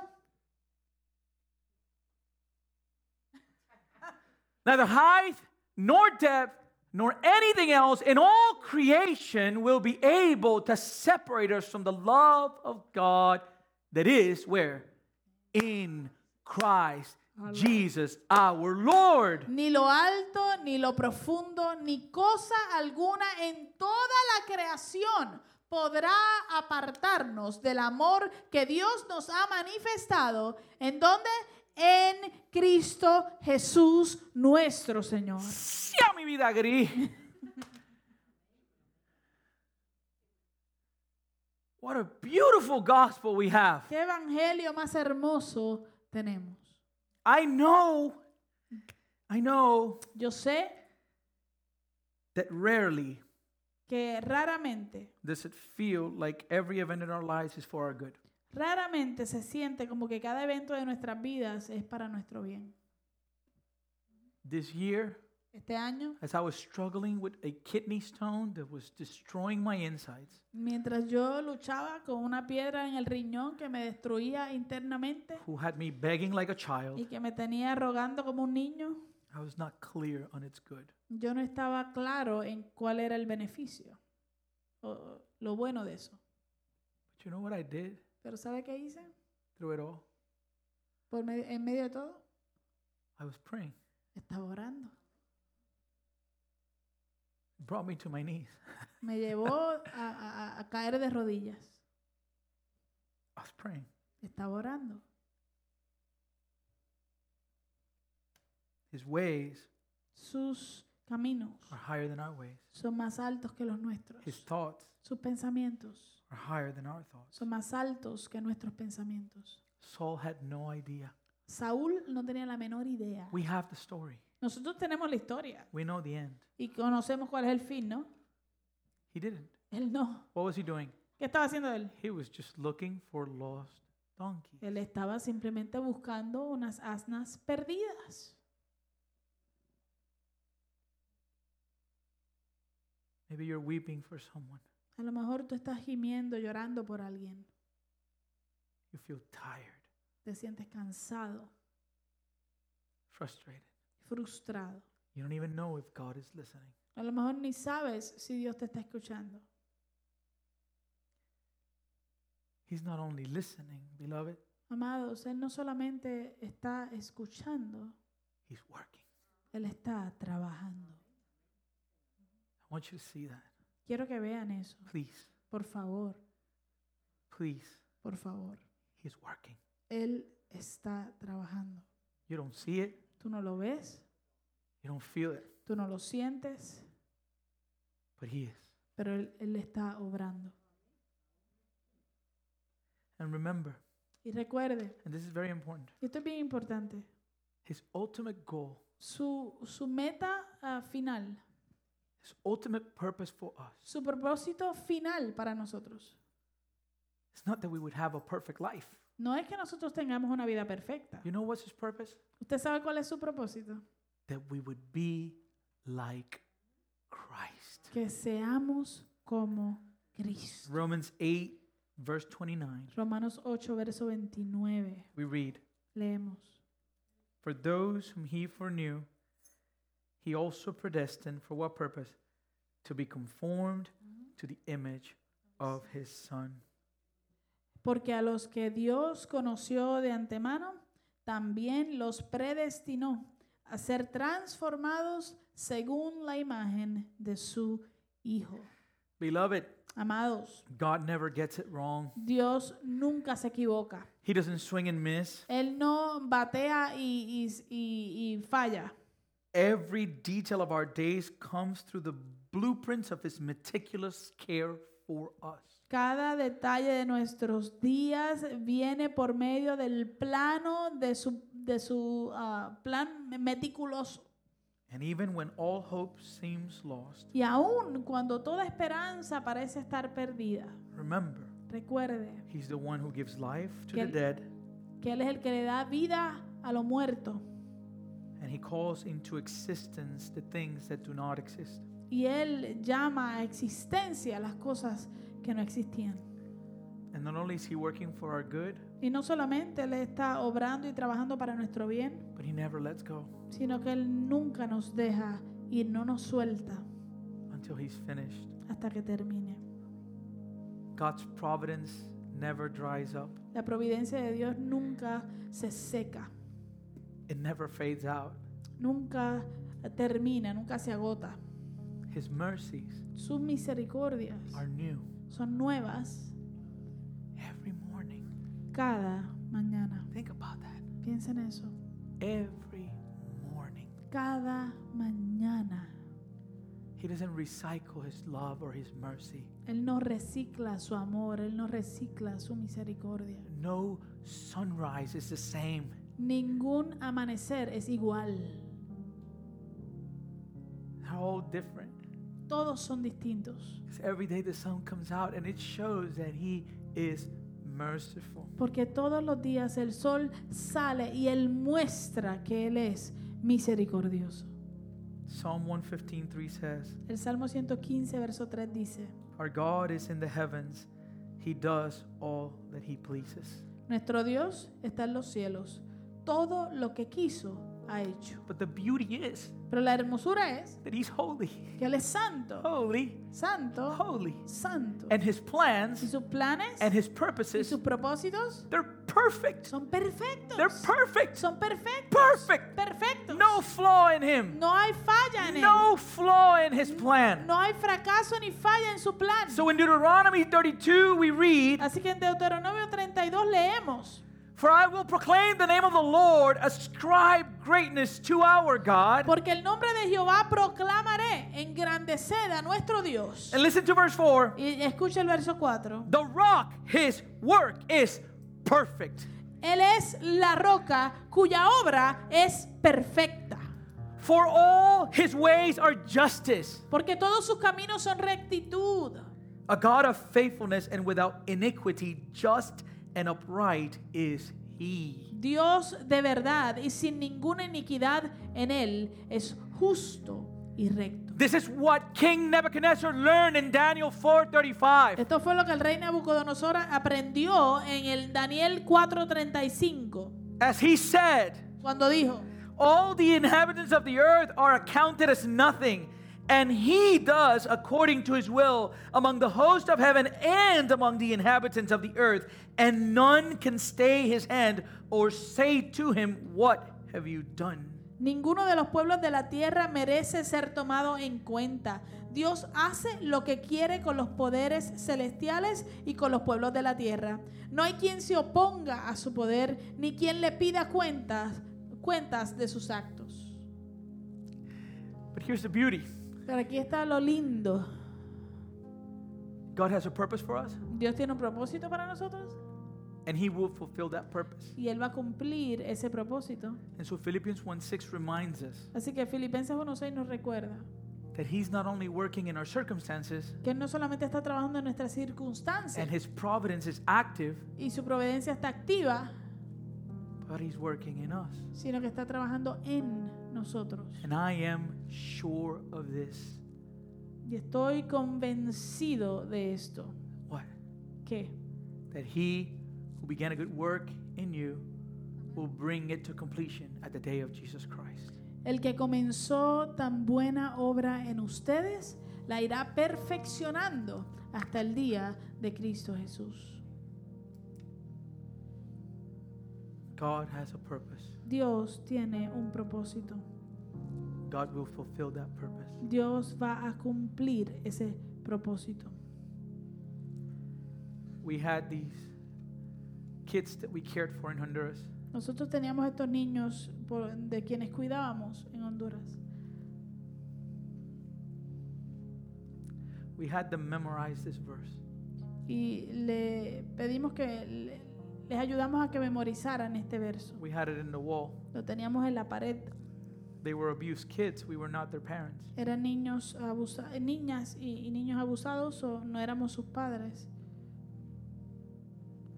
Speaker 1: neither height nor depth, nor anything else in all creation will be able to separate us from the love of God that is where? In Christ Jesus our Lord.
Speaker 2: ni lo alto, ni lo profundo, ni cosa alguna en toda la creación podrá apartarnos del amor que Dios nos ha manifestado. ¿En dónde? En Cristo Jesús nuestro Señor.
Speaker 1: sea mi vida gris. What a beautiful gospel we have.
Speaker 2: ¿Qué evangelio más hermoso tenemos?
Speaker 1: I know, I know
Speaker 2: Yo sé
Speaker 1: that rarely
Speaker 2: que raramente,
Speaker 1: does it feel like every event in our lives is for our good.
Speaker 2: raramente se siente como que cada evento de nuestras vidas es para nuestro bien.
Speaker 1: This year,
Speaker 2: Este año,
Speaker 1: as I was struggling with a kidney stone that was destroying my insides,
Speaker 2: mientras yo luchaba con una piedra en el riñón que me destruía internamente
Speaker 1: who had me begging like a
Speaker 2: y
Speaker 1: child,
Speaker 2: que me tenía rogando como un niño,
Speaker 1: I was not clear on its good.
Speaker 2: yo no estaba claro en cuál era el beneficio o lo bueno de eso.
Speaker 1: But you know what I did
Speaker 2: Pero ¿sabe qué hice?
Speaker 1: through it all?
Speaker 2: Por me- en medio de todo,
Speaker 1: I was praying.
Speaker 2: estaba orando.
Speaker 1: It brought me to my knees.
Speaker 2: Me llevó a, a- a- a caer de rodillas.
Speaker 1: I was praying.
Speaker 2: Estaba orando.
Speaker 1: His ways
Speaker 2: Sus caminos
Speaker 1: are higher than our ways.
Speaker 2: son más altos que los nuestros.
Speaker 1: His thoughts
Speaker 2: Sus pensamientos
Speaker 1: are higher than our thoughts.
Speaker 2: son más altos que nuestros pensamientos.
Speaker 1: Saul had no idea.
Speaker 2: Saúl no tenía la menor idea.
Speaker 1: We have the story.
Speaker 2: Nosotros tenemos la historia
Speaker 1: We know the end.
Speaker 2: y conocemos cuál es el fin, ¿no?
Speaker 1: He didn't.
Speaker 2: Él no.
Speaker 1: What was he doing?
Speaker 2: ¿Qué estaba haciendo él?
Speaker 1: He was just looking for lost donkeys.
Speaker 2: Él estaba simplemente buscando unas asnas perdidas.
Speaker 1: Maybe you're weeping for someone.
Speaker 2: A lo mejor tú estás gimiendo, llorando por alguien.
Speaker 1: You feel tired,
Speaker 2: Te sientes cansado,
Speaker 1: frustrated.
Speaker 2: frustrado.
Speaker 1: You don't even know if God is listening.
Speaker 2: A lo mejor ni sabes si Dios te está escuchando.
Speaker 1: He's not only listening, beloved,
Speaker 2: Amados, Él no solamente está escuchando,
Speaker 1: He's working.
Speaker 2: Él está trabajando.
Speaker 1: I want you to see that.
Speaker 2: Quiero que vean eso,
Speaker 1: Please,
Speaker 2: por favor,
Speaker 1: please.
Speaker 2: por favor.
Speaker 1: He's working.
Speaker 2: Él está trabajando.
Speaker 1: You don't see it,
Speaker 2: Tú no lo ves,
Speaker 1: you don't feel it,
Speaker 2: tú no lo sientes,
Speaker 1: but He is.
Speaker 2: pero Él, Él está obrando.
Speaker 1: And remember,
Speaker 2: Y recuerde,
Speaker 1: and this is very important.
Speaker 2: y esto es bien importante,
Speaker 1: His ultimate goal,
Speaker 2: su, su meta ah, final,
Speaker 1: his ultimate purpose for us,
Speaker 2: su propósito final para nosotros,
Speaker 1: it's not that we would have a perfect life.
Speaker 2: no es que nosotros tengamos una vida perfecta.
Speaker 1: You know what's his purpose?
Speaker 2: ¿Usted sabe cuál es su propósito?
Speaker 1: That we would be like Christ.
Speaker 2: que seamos como Cristo.
Speaker 1: Romans 8, verse 29,
Speaker 2: Romanos 8, verso 29.
Speaker 1: we read,
Speaker 2: Leemos.
Speaker 1: For those whom he foreknew, he also predestined for what purpose? To be conformed to the image of his son.
Speaker 2: Porque a los que Dios conoció de antemano, también los predestinó a ser transformados según la imagen de su Hijo.
Speaker 1: Beloved,
Speaker 2: Amados,
Speaker 1: God never gets it wrong.
Speaker 2: Dios nunca se equivoca.
Speaker 1: He doesn't swing and miss.
Speaker 2: Él no batea y, y- y- y falla.
Speaker 1: Every detail of our days comes through the blueprints of his meticulous care for us.
Speaker 2: Cada detalle de nuestros días viene por medio del plano de su, de su ah, plan meticuloso.
Speaker 1: And even when all hope seems lost,
Speaker 2: Y aún cuando toda esperanza parece estar perdida,
Speaker 1: remember,
Speaker 2: recuerde
Speaker 1: He's the one who gives life to
Speaker 2: Que
Speaker 1: the
Speaker 2: él-
Speaker 1: dead,
Speaker 2: que Él es el que le da vida a los muertos
Speaker 1: and He calls into existence the things that do not exist.
Speaker 2: y Él llama a existencia las cosas que no existían.
Speaker 1: And not only is He working for our good,
Speaker 2: Y no solamente Él está obrando y trabajando para nuestro bien,
Speaker 1: but He never lets go
Speaker 2: sino que Él nunca nos deja y no nos suelta
Speaker 1: until He's finished.
Speaker 2: hasta que termine.
Speaker 1: God's providence never dries up,
Speaker 2: La providencia de Dios nunca se seca,
Speaker 1: it never fades out.
Speaker 2: nunca termina, nunca se agota.
Speaker 1: His mercies
Speaker 2: Sus misericordias
Speaker 1: are new
Speaker 2: son nuevas
Speaker 1: every morning.
Speaker 2: cada mañana.
Speaker 1: Think about that.
Speaker 2: Piensa en eso.
Speaker 1: Every morning.
Speaker 2: Cada mañana.
Speaker 1: He doesn't recycle His love or His mercy.
Speaker 2: Él no recicla su amor, Él no recicla su misericordia.
Speaker 1: No sunrise is the same.
Speaker 2: Ningún amanecer es igual.
Speaker 1: They're all different.
Speaker 2: Todos son distintos.
Speaker 1: 'Cause every day the sun comes out and it shows that He is merciful.
Speaker 2: Porque todos los días el sol sale y Él muestra que Él es misericordioso.
Speaker 1: Psalm 115:3 says,
Speaker 2: El Salmo 115, verso 3 dice,
Speaker 1: Our God is in the heavens, He does all that He pleases.
Speaker 2: Nuestro Dios está en los cielos. Todo lo que quiso ha hecho.
Speaker 1: But the beauty is
Speaker 2: Pero la hermosura es
Speaker 1: that He's holy,
Speaker 2: que Él es santo,
Speaker 1: holy,
Speaker 2: santo,
Speaker 1: holy.
Speaker 2: santo.
Speaker 1: And His
Speaker 2: Y
Speaker 1: plans
Speaker 2: sus planes
Speaker 1: and His
Speaker 2: y
Speaker 1: purposes,
Speaker 2: sus propósitos
Speaker 1: they're perfect.
Speaker 2: son
Speaker 1: They're
Speaker 2: perfectos.
Speaker 1: perfect.
Speaker 2: Son perfectos.
Speaker 1: Perfect.
Speaker 2: Perfectos.
Speaker 1: No flaw in Him.
Speaker 2: No hay falla en él.
Speaker 1: No flaw in His plan.
Speaker 2: No hay fracaso ni falla en su plan.
Speaker 1: So in Deuteronomy 32, we read,
Speaker 2: Así que en Deuteronomio 32 leemos,
Speaker 1: For I will proclaim the name of the Lord, ascribe greatness to our God.
Speaker 2: porque el nombre de Jehová proclamaré, engrandeced a nuestro Dios.
Speaker 1: And listen to verse 4
Speaker 2: Y escucha el verso 4.
Speaker 1: The rock, his work is perfect,
Speaker 2: Él es la roca cuya obra es perfecta,
Speaker 1: for all his ways are justice.
Speaker 2: porque todos sus caminos son rectitud.
Speaker 1: A God of faithfulness and without iniquity, just and upright is he.
Speaker 2: Dios de verdad y sin ninguna iniquidad en él es justo y recto.
Speaker 1: This is what King Nebuchadnezzar learned in Daniel 4:35.
Speaker 2: Esto fue lo que el rey Nabucodonosor aprendió en el Daniel 4:35,
Speaker 1: As he said,
Speaker 2: cuando dijo,
Speaker 1: All the inhabitants of the earth are accounted as nothing, and he does according to his will among the host of heaven and among the inhabitants of the earth, and none can stay his hand or say to him, What have you done?
Speaker 2: ninguno de los pueblos de la tierra merece ser tomado en cuenta. Dios hace lo que quiere con los poderes celestiales y con los pueblos de la tierra. No hay quien se oponga a su poder, ni quien le pida cuentas, cuentas de sus actos.
Speaker 1: But here's the beauty
Speaker 2: Pero aquí está lo lindo.
Speaker 1: God has a purpose for us,
Speaker 2: Dios tiene un propósito para nosotros
Speaker 1: and he will fulfill that purpose.
Speaker 2: y Él va a cumplir ese propósito.
Speaker 1: And so Philippians 1 6 reminds us
Speaker 2: Así que Filipenses 1.6 nos recuerda
Speaker 1: that he's not only working in our circumstances,
Speaker 2: que Él no solamente está trabajando en nuestras
Speaker 1: and
Speaker 2: circunstancias
Speaker 1: his providence is active,
Speaker 2: y su providencia está activa,
Speaker 1: but he's working in us.
Speaker 2: sino que está trabajando en nosotros.
Speaker 1: And I am sure of this.
Speaker 2: Y estoy convencido de esto,
Speaker 1: What?
Speaker 2: que
Speaker 1: That he who began a good work in you will bring it to completion at the day of Jesus Christ.
Speaker 2: el que comenzó tan buena obra en ustedes, la irá perfeccionando hasta el día de Cristo Jesús.
Speaker 1: God has a purpose.
Speaker 2: Dios tiene un propósito.
Speaker 1: God will fulfill that purpose.
Speaker 2: Dios va a cumplir ese propósito.
Speaker 1: We had these kids that we cared for in Honduras,
Speaker 2: Nosotros teníamos estos niños por- de quienes cuidábamos en Honduras.
Speaker 1: we had them memorize this verse.
Speaker 2: Y le pedimos que le, Les ayudamos a que memorizaran este verso.
Speaker 1: We had it in the wall.
Speaker 2: Lo teníamos en la pared.
Speaker 1: They were abused kids. We were not their parents.
Speaker 2: Eran niños abusa- eh, niñas y, y niños abusados o no éramos sus padres.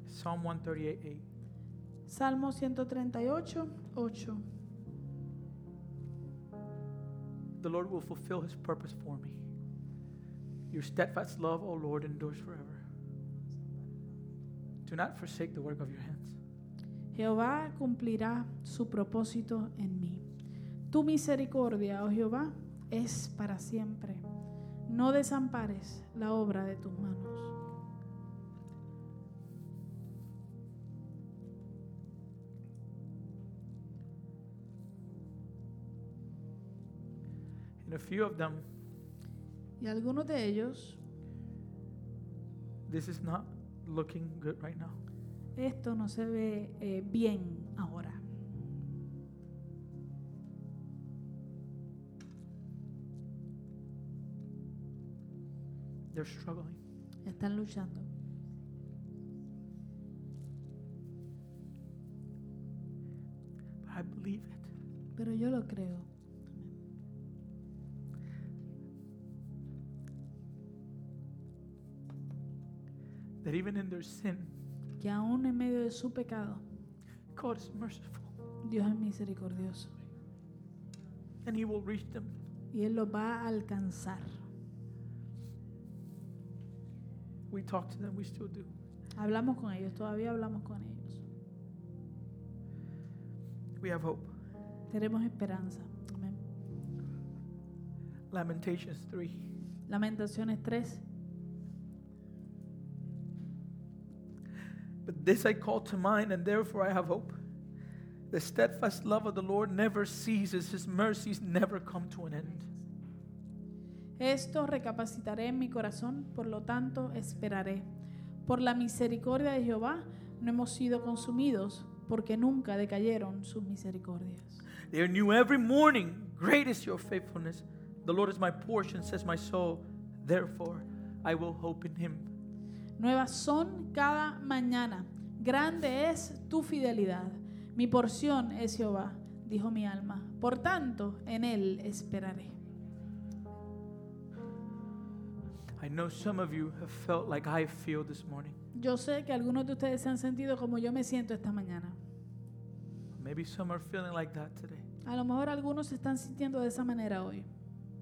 Speaker 1: Psalm 138 8.
Speaker 2: Salmo 138, 8.
Speaker 1: The Lord will fulfill his purpose for me. Your steadfast love, O Lord, endures forever. Do not forsake the work of your hands.
Speaker 2: Jehová cumplirá su propósito en mí. Tu misericordia, oh Jehová, es para siempre. No desampares la obra de tus manos.
Speaker 1: And a few of them,
Speaker 2: Y algunos de ellos,
Speaker 1: this is not looking good right now.
Speaker 2: esto no se ve eh, bien ahora.
Speaker 1: They're struggling.
Speaker 2: Están luchando.
Speaker 1: But I believe it.
Speaker 2: Pero yo lo creo.
Speaker 1: That even in their sin,
Speaker 2: Que aún en medio de su pecado,
Speaker 1: God is merciful
Speaker 2: Dios es misericordioso.
Speaker 1: and he will reach them.
Speaker 2: Y Él los va a alcanzar.
Speaker 1: We talk to them, we still do.
Speaker 2: Hablamos con ellos, todavía hablamos con ellos.
Speaker 1: We have hope.
Speaker 2: Tenemos esperanza. Amén.
Speaker 1: Lamentations 3.
Speaker 2: Lamentaciones 3.
Speaker 1: But this I call to mind, and therefore I have hope. The steadfast love of the Lord never ceases, his mercies never come to an end.
Speaker 2: Esto recapacitaré en mi corazón, por lo tanto esperaré. Por la misericordia de Jehová no hemos sido consumidos, porque nunca decayeron sus misericordias.
Speaker 1: They are new every morning. Great is your faithfulness. The Lord is my portion, says my soul. Therefore I will hope in him.
Speaker 2: Nuevas son cada mañana. Grande es tu fidelidad. Mi porción es Jehová, dijo mi alma. Por tanto, en él esperaré.
Speaker 1: I know some of you have felt like I feel this morning.
Speaker 2: Yo sé que algunos de ustedes se han sentido como yo me siento esta mañana.
Speaker 1: Maybe some are feeling like that today.
Speaker 2: A lo mejor algunos se están sintiendo de esa manera hoy,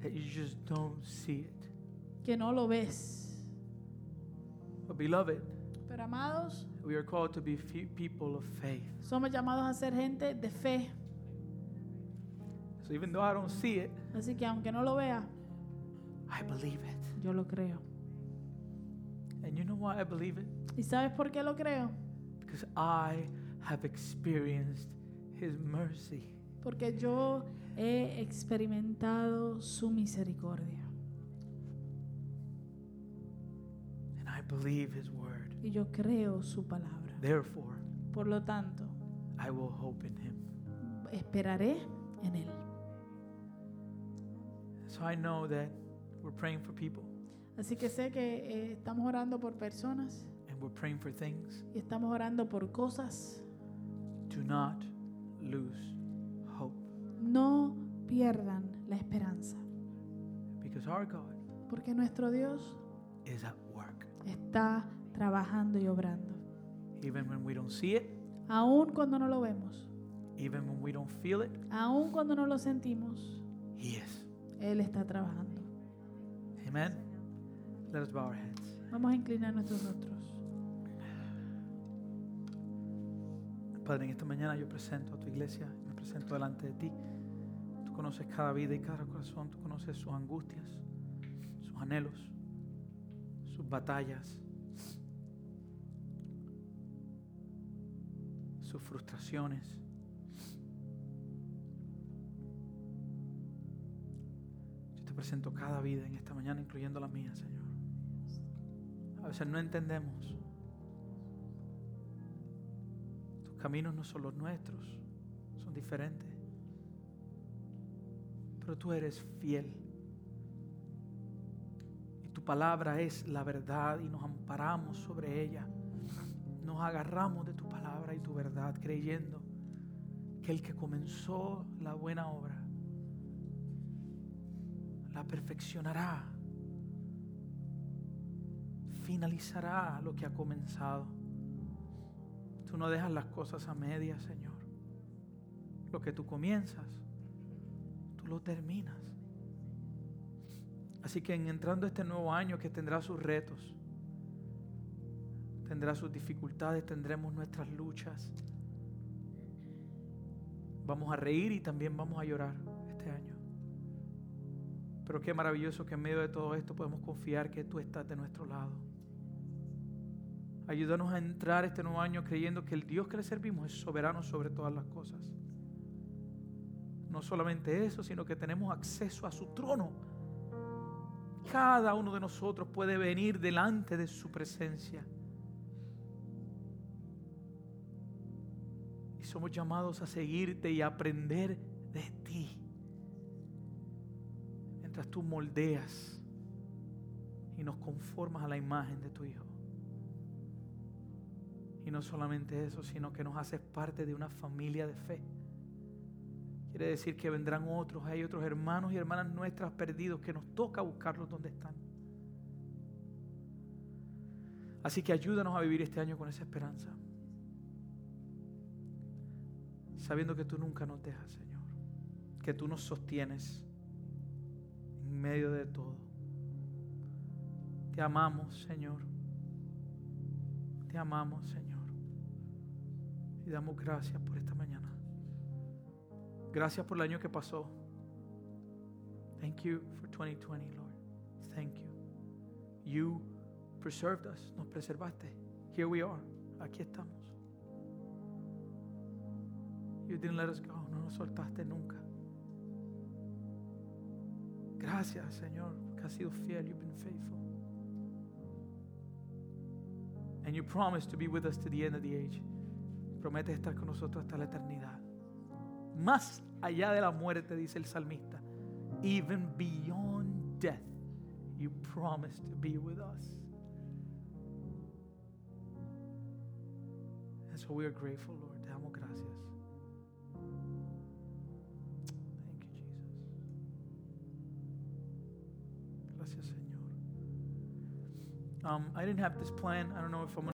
Speaker 1: That you just don't see it.
Speaker 2: que no lo ves.
Speaker 1: But beloved,
Speaker 2: Pero amados,
Speaker 1: we are called to be fe- people of faith.
Speaker 2: Somos llamados a ser gente de fe.
Speaker 1: So even though I don't see it,
Speaker 2: Así que aunque no lo vea,
Speaker 1: I believe it.
Speaker 2: yo lo creo.
Speaker 1: And you know why I believe it?
Speaker 2: ¿Y sabes por qué lo creo?
Speaker 1: Because I have experienced His mercy.
Speaker 2: Porque yo he experimentado su misericordia.
Speaker 1: And I believe His word.
Speaker 2: Y yo creo su palabra.
Speaker 1: Therefore,
Speaker 2: Por lo tanto,
Speaker 1: I will hope in Him.
Speaker 2: esperaré en él.
Speaker 1: So I know that we're praying for people
Speaker 2: Así que sé que eh, estamos orando por personas
Speaker 1: and we're praying for things.
Speaker 2: y estamos orando por cosas.
Speaker 1: Do not lose hope.
Speaker 2: No pierdan la esperanza.
Speaker 1: Because our God
Speaker 2: Porque nuestro Dios
Speaker 1: is at work.
Speaker 2: está trabajando y obrando.
Speaker 1: Even when we don't see it,
Speaker 2: Aun cuando no lo vemos.
Speaker 1: even when we don't feel it,
Speaker 2: Aun cuando no lo sentimos,
Speaker 1: He is.
Speaker 2: Él está trabajando.
Speaker 1: Amen. Let us bow our heads.
Speaker 2: Vamos a inclinar nuestros rostros.
Speaker 1: Padre, en esta mañana yo presento a tu iglesia, me presento delante de ti. Tú conoces cada vida y cada corazón, tú conoces sus angustias, sus anhelos, sus batallas, sus frustraciones. Yo te presento cada vida en esta mañana, incluyendo la mía, Señor. A veces no entendemos. Tus caminos no son los nuestros, son diferentes. Pero tú eres fiel. Y tu palabra es la verdad y nos amparamos sobre ella. No nos agarramos de tu palabra y tu verdad, creyendo que el que comenzó la buena obra la perfeccionará, finalizará lo que ha comenzado. Tú no dejas las cosas a medias, Señor. Lo que tú comienzas, tú lo terminas. Así que en entrando este nuevo año que tendrá sus retos, tendrá sus dificultades, tendremos nuestras luchas. Vamos a reír y también vamos a llorar este año. Pero qué maravilloso que en medio de todo esto podemos confiar que tú estás de nuestro lado. Ayúdanos a entrar este nuevo año creyendo que el Dios que le servimos es soberano sobre todas las cosas. No solamente eso, sino que tenemos acceso a su trono. Cada uno de nosotros puede venir delante de su presencia. Y somos llamados a seguirte y a aprender de ti. Mientras tú moldeas y nos conformas a la imagen de tu Hijo. Y no solamente eso, sino que nos haces parte de una familia de fe. Quiere decir que vendrán otros, hay otros hermanos y hermanas nuestras perdidos que nos toca buscarlos donde están. Así que ayúdanos a vivir este año con esa esperanza. Sabiendo que tú nunca nos dejas, Señor. Que tú nos sostienes en medio de todo. Te amamos, Señor. Te amamos, Señor. Y damos gracias por esta mañana. Gracias por el año que pasó. Thank you for 2020, Lord. Thank you. You preserved us. Nos preservaste. Here we are. Aquí estamos. You didn't let us go. No nos soltaste nunca. Gracias, Señor, porque has sido fiel. You've been faithful. And you promise to be with us to the end of the age. Promete estar con nosotros hasta la eternidad más allá de la muerte, dice el salmista. Even beyond death, you promise to be with us. And so we are grateful, Lord. Te damos gracias. Thank you, Jesus. Gracias, Señor. Um, I didn't have this plan. I don't know if I'm.